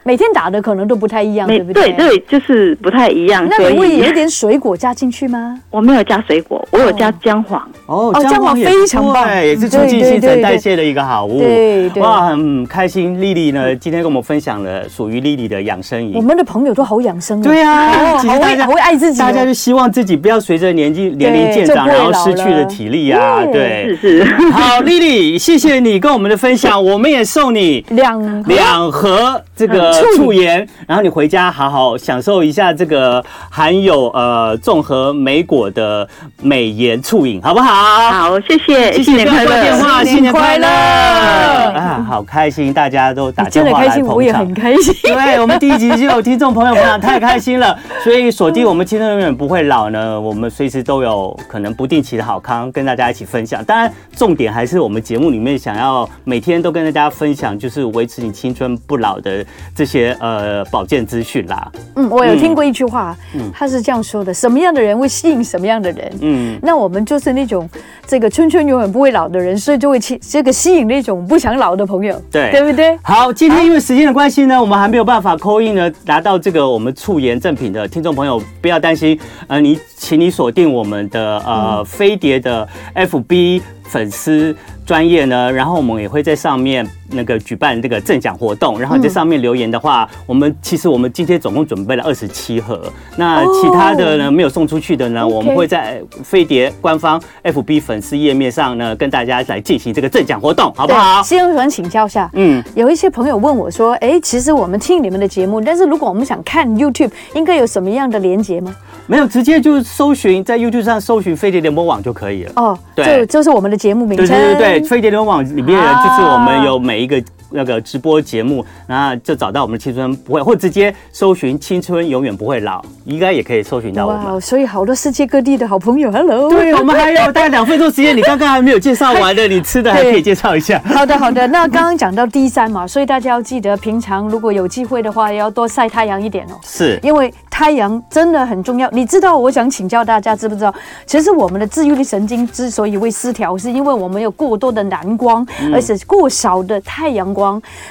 Speaker 2: 每天打的可能都不太一样，
Speaker 8: 没
Speaker 2: 对不
Speaker 8: 哦对
Speaker 2: 对？。
Speaker 8: 对，就是不太一样，
Speaker 2: 那
Speaker 8: 所
Speaker 2: 你会
Speaker 8: 以
Speaker 2: 有一点水果加进去吗？
Speaker 8: 我没有加水果，我有加姜黄。
Speaker 3: 哦
Speaker 2: 哦姜黄
Speaker 3: 也
Speaker 2: 非常
Speaker 3: 不
Speaker 2: 棒
Speaker 3: 错也是促
Speaker 2: 对
Speaker 3: 进
Speaker 2: 对
Speaker 3: 新陈
Speaker 2: 对
Speaker 3: 代
Speaker 2: 对
Speaker 3: 谢的一个好物。
Speaker 2: 对对
Speaker 3: 哇，很开心，丽丽呢今天跟我们分享了属于丽丽的养生
Speaker 2: 我
Speaker 3: 饮。
Speaker 2: 们的朋友都好养生哦，
Speaker 3: 对啊
Speaker 2: 哦
Speaker 3: 其
Speaker 2: 好
Speaker 3: 实大
Speaker 2: 会
Speaker 3: 家
Speaker 2: 好会爱自己哦，
Speaker 3: 大家就希望自己不要随着年纪年龄渐
Speaker 2: 就
Speaker 3: 长，
Speaker 2: 不
Speaker 3: 然
Speaker 2: 会
Speaker 3: 后失
Speaker 2: 老
Speaker 3: 去了
Speaker 2: 了嗯
Speaker 3: 体力啊。
Speaker 8: 是
Speaker 3: 对，
Speaker 8: 是，
Speaker 3: 好，丽丽，谢谢你跟我们的分享，我们也送你
Speaker 2: 两
Speaker 3: 两盒这个醋盐，然后你回家好好享受一下这个含有呃综合莓果的美颜醋饮，好不好？
Speaker 8: 好，谢谢，
Speaker 3: 谢谢
Speaker 8: 新
Speaker 3: 你
Speaker 8: 年快
Speaker 3: 挂
Speaker 8: 乐，
Speaker 3: 电话，新年快
Speaker 2: 新年快
Speaker 3: 乐！
Speaker 2: 乐
Speaker 3: 啊，好开心，大家都打
Speaker 2: 你真
Speaker 3: 电
Speaker 2: 的
Speaker 3: 话
Speaker 2: 开
Speaker 3: 来
Speaker 2: 心，我
Speaker 3: 捧
Speaker 2: 也
Speaker 3: 场
Speaker 2: 很。开 心。
Speaker 3: 对我们第一集就有听众朋友分享，太开心了。所以锁定我们青春永远不会老呢，我们随时都有可能不定期的好康跟大家一起分享。当然，重点还是我们节目里面想要每天都跟大家分享，就是维持你青春不老的这些呃保健资讯啦。
Speaker 2: 嗯，我有听过一句话，他是这样说的：什么样的人会吸引什么样的人？
Speaker 3: 嗯，
Speaker 2: 那我们就是那种这个青春永远不会老的人，所以就会吸这个吸引那种不想老的朋友，
Speaker 3: 对
Speaker 2: 对不对？
Speaker 3: 好，今天因为时间的关系呢，我们还没有办法扣印呢，拿到这个我们促研赠品的听众朋友，不要担心，呃，你请你锁定我们的呃飞碟的 FB 粉丝专业呢，然后我们也会在上面那个举办这个赠奖活动，然后你在上面留言的话，我们其实我们今天总共准备了二十七盒，那其他的呢没有送出去的呢，我们会在飞碟官方 FB 粉丝页面上呢跟大家来进行这个赠奖活动，好不好？
Speaker 2: 先生想请教一下，
Speaker 3: 嗯。
Speaker 2: 有一些朋友问我说：“哎，其实我们听你们的节目，但是如果我们想看 YouTube，应该有什么样的连接吗
Speaker 3: 没有，直接就搜寻在 YouTube 上搜寻飞碟联播网就可以了？”。
Speaker 2: 哦，
Speaker 3: 对
Speaker 2: 就就是我们的节目名
Speaker 3: 对
Speaker 2: 称。
Speaker 3: 对对对，飞碟联播网里面
Speaker 2: 啊
Speaker 3: 就是我们有每一个那个直播节目，然后就找到我们的青春不会，或直接搜寻青春永远不会老，应该也可以搜寻到我
Speaker 2: 哇，
Speaker 3: 们。
Speaker 2: 所以好多世界各地的好朋友，Hello。
Speaker 3: 对，我们还有大概两分钟时间，你刚刚还没有介绍完的，你吃的还可以介 绍一下。
Speaker 2: 好的，好的。那刚刚讲到 D 三嘛，所以大家要记得，平常如果有机会的话，也要多晒太阳一点哦。
Speaker 3: 是，
Speaker 2: 因为太阳真的很重要。你知道，我想请教大家，知不知道？其实我们的自愈力神经之所以会失调，是因为我们有过多的蓝光，
Speaker 3: 嗯
Speaker 2: 而且过少的太阳光。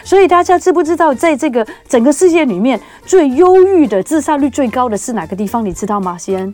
Speaker 2: 所以大家知不知道，在这个整个世界里面，最忧郁的、自杀率最高的是哪个地方？你知道吗，西恩？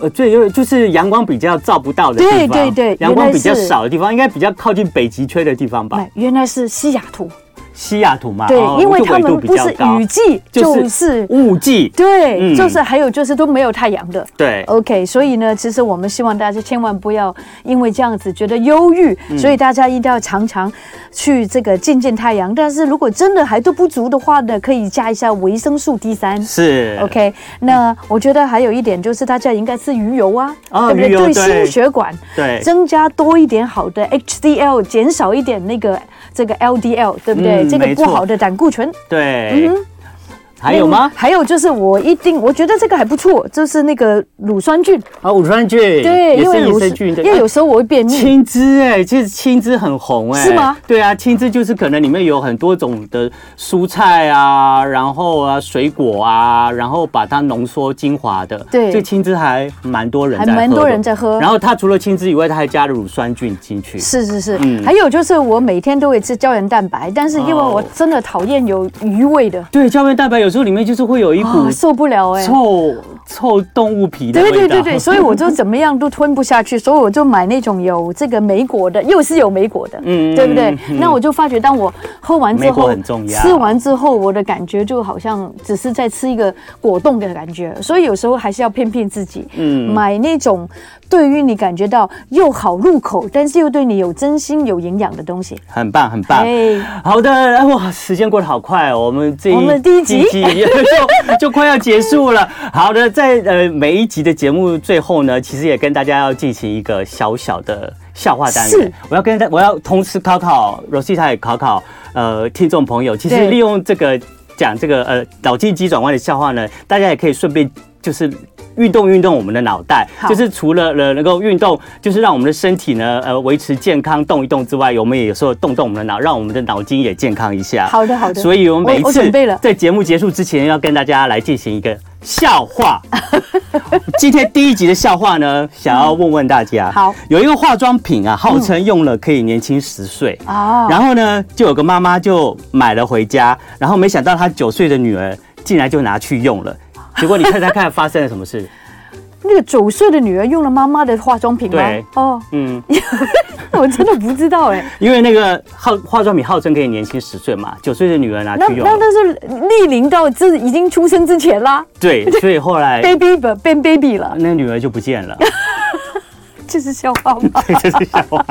Speaker 3: 呃，最有就是阳光比较照不到的地方，
Speaker 2: 对对对
Speaker 3: 阳光
Speaker 2: 原来
Speaker 3: 比较
Speaker 2: 是
Speaker 3: 少的地方，应该比较靠近北极圈的地方吧
Speaker 2: 哎？，原来是西雅图。
Speaker 3: 西雅图嘛，
Speaker 2: 对
Speaker 3: 啊哦，
Speaker 2: 因为
Speaker 3: 就
Speaker 2: 他
Speaker 3: 纬度
Speaker 2: 们
Speaker 3: 比
Speaker 2: 不
Speaker 3: 较
Speaker 2: 是
Speaker 3: 高
Speaker 2: 雨季，
Speaker 3: 就是
Speaker 2: 就是
Speaker 3: 雾季，
Speaker 2: 对，
Speaker 3: 嗯
Speaker 2: 就是还有就是都没有太阳的。
Speaker 3: 对
Speaker 2: OK，所以呢，其实我们希望大家千万不要因为这样子觉得忧郁，
Speaker 3: 嗯
Speaker 2: 所以大家一定要常常去这个见见太阳。但是如果真的还都不足的话呢，可以加一下维生素 D 三。
Speaker 3: 是
Speaker 2: OK，那我觉得还有一点就是大家应该吃鱼油啊，
Speaker 3: 哦
Speaker 2: 对不对？
Speaker 3: 鱼油
Speaker 2: 对
Speaker 3: 对
Speaker 2: 心血管
Speaker 3: 对
Speaker 2: 增加多一点好的 HDL，减少一点那个这个 LDL，对不对？
Speaker 3: 嗯
Speaker 2: 这个
Speaker 3: 没
Speaker 2: 不
Speaker 3: 错
Speaker 2: 好的胆固醇。嗯
Speaker 3: 对，还有吗
Speaker 2: 另？还有就是，我一定我觉得这个还不错，就是那个乳酸菌，
Speaker 3: 啊，乳酸菌，
Speaker 2: 对，
Speaker 3: 也
Speaker 2: 因为
Speaker 3: 是益
Speaker 2: 乳
Speaker 3: 生菌的，
Speaker 2: 因为有
Speaker 3: 啊
Speaker 2: 时候我会便秘，
Speaker 3: 青汁哎，其实青汁很红哎，
Speaker 2: 是吗？
Speaker 3: 对啊，青汁就是可能里面有很多种的蔬菜啊，然后啊水果啊，然后把它浓缩精华的，
Speaker 2: 对
Speaker 3: 这青汁还蛮多人
Speaker 2: 还
Speaker 3: 在喝
Speaker 2: 蛮
Speaker 3: 的
Speaker 2: 多人在喝
Speaker 3: 然后它除了青汁以外，它还加了乳酸菌进去，
Speaker 2: 是是是，
Speaker 3: 嗯
Speaker 2: 还有就是我每天都会吃胶原蛋白，但是因为
Speaker 3: 哦
Speaker 2: 我真的讨厌有鱼味的，
Speaker 3: 对，胶原蛋白有时候里面就是会有一股
Speaker 2: 啊，受不了哎、
Speaker 3: 臭臭动物皮的味
Speaker 2: 对
Speaker 3: 道，
Speaker 2: 对对对，所以我就怎么样都吞不下去，所以我就买那种有这个莓果的，又是有莓果的，
Speaker 3: 嗯
Speaker 2: 对不对
Speaker 3: 嗯？嗯
Speaker 2: 那我就发觉，当我喝完之
Speaker 3: 莓果
Speaker 2: 后，
Speaker 3: 很重要
Speaker 2: 吃完之后，我的感觉就好像只是在吃一个果冻的感觉，所以有时候还是要骗骗自己，
Speaker 3: 嗯
Speaker 2: 买那种对于你感觉到又好入口，但是又对你有真心有营养的东西。
Speaker 3: 很棒很棒。
Speaker 2: 哎
Speaker 3: 好的，哎哇，时间过得好快哦，我们这一
Speaker 2: 我们第一集
Speaker 3: 就就快要结束了。好的，在呃每一集的节目最后呢，其实也跟大家要进行一个小小的笑话单元
Speaker 2: 是。
Speaker 3: 我要跟大，我要同时考考 Rosita 也考考呃听众朋友，其实
Speaker 2: 对
Speaker 3: 利用这个讲这个呃脑筋急转弯的笑话呢，大家也可以顺便就是。运动运动我们的脑袋，
Speaker 2: 好
Speaker 3: 就是除了呃能够运动，就是让我们的身体呢呃维持健康动一动之外，我们也有时候动动我们的脑，让我们的脑筋也健康一下。
Speaker 2: 好的好的
Speaker 3: 所以我们每一
Speaker 2: 我我
Speaker 3: 次
Speaker 2: 准备了
Speaker 3: 在节目结束之前，要跟大家来进行一个笑话。今天第一集的笑话呢，想要问问大家，
Speaker 2: 好，嗯
Speaker 3: 有一个化妆品啊，号称用了可以年轻十岁，
Speaker 2: 啊
Speaker 3: 然后呢，就有个妈妈就买了回家，然后没想到她九岁的女儿竟然就拿去用 了，结果你猜猜看发生了什么事？
Speaker 2: 那个九岁的女儿用了妈妈的化妆品吗
Speaker 3: 对？
Speaker 2: 哦，
Speaker 3: 嗯，
Speaker 2: 我真的不知道哎、
Speaker 3: 因为那个号化妆品号称可以年轻十岁嘛，九岁的女儿拿
Speaker 2: 那
Speaker 3: 去用
Speaker 2: 那
Speaker 3: 了，
Speaker 2: 那是逆龄到这已经出生之前啦
Speaker 3: 对，所以后来
Speaker 2: ，baby 本变 baby 了，
Speaker 3: 那女儿就不见了。
Speaker 2: 这是笑话吗？
Speaker 3: 对，这是笑话。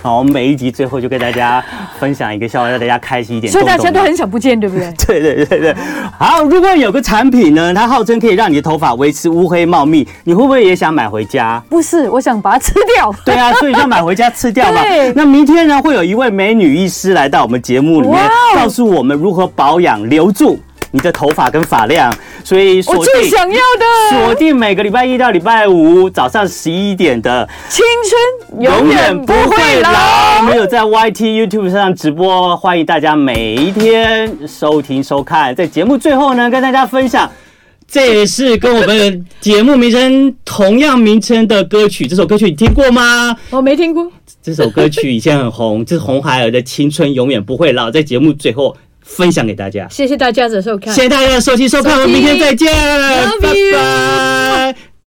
Speaker 3: 好，我们每一集最后就跟大家分享一个笑话，让大家开心一 点。
Speaker 2: 所以大家
Speaker 3: 动
Speaker 2: 都
Speaker 3: 动脑
Speaker 2: 很想不见，对不 对？
Speaker 3: 对对对对。好，如果有个产品呢，它号称可以让你的头发维持乌黑茂密，你会不会也想买回家？
Speaker 2: 不是，我想把它吃掉。
Speaker 3: 对 啊，所以就买回家吃掉嘛
Speaker 2: 对。
Speaker 3: 那明天呢，会有一位美女医师来到我们节目里面
Speaker 2: 哇，哦
Speaker 3: 告诉我们如何保养留住你的头发跟发量，所以
Speaker 7: 我
Speaker 3: 锁
Speaker 7: 最
Speaker 3: 定
Speaker 7: 想要
Speaker 3: 锁
Speaker 7: 的
Speaker 3: 定每个礼拜一到礼拜五早上十一点的
Speaker 7: 青春永远不会
Speaker 3: 我
Speaker 7: 老。
Speaker 3: 们有在 YT、YouTube 上直播，欢迎大家每一天收听收看。在节目最后呢，跟大家分享，这也是跟我们节目名称同样名称的歌曲。这首歌曲你听过吗？
Speaker 5: 我没听过，
Speaker 3: 这首歌曲以前很红，这是红孩儿的《青春永远不会老》，在节目最后分享给大家。
Speaker 5: 谢谢大家的收看
Speaker 3: 谢。谢大家的收听收看，我们明天再见，
Speaker 5: Love
Speaker 3: 拜
Speaker 5: you
Speaker 3: 拜。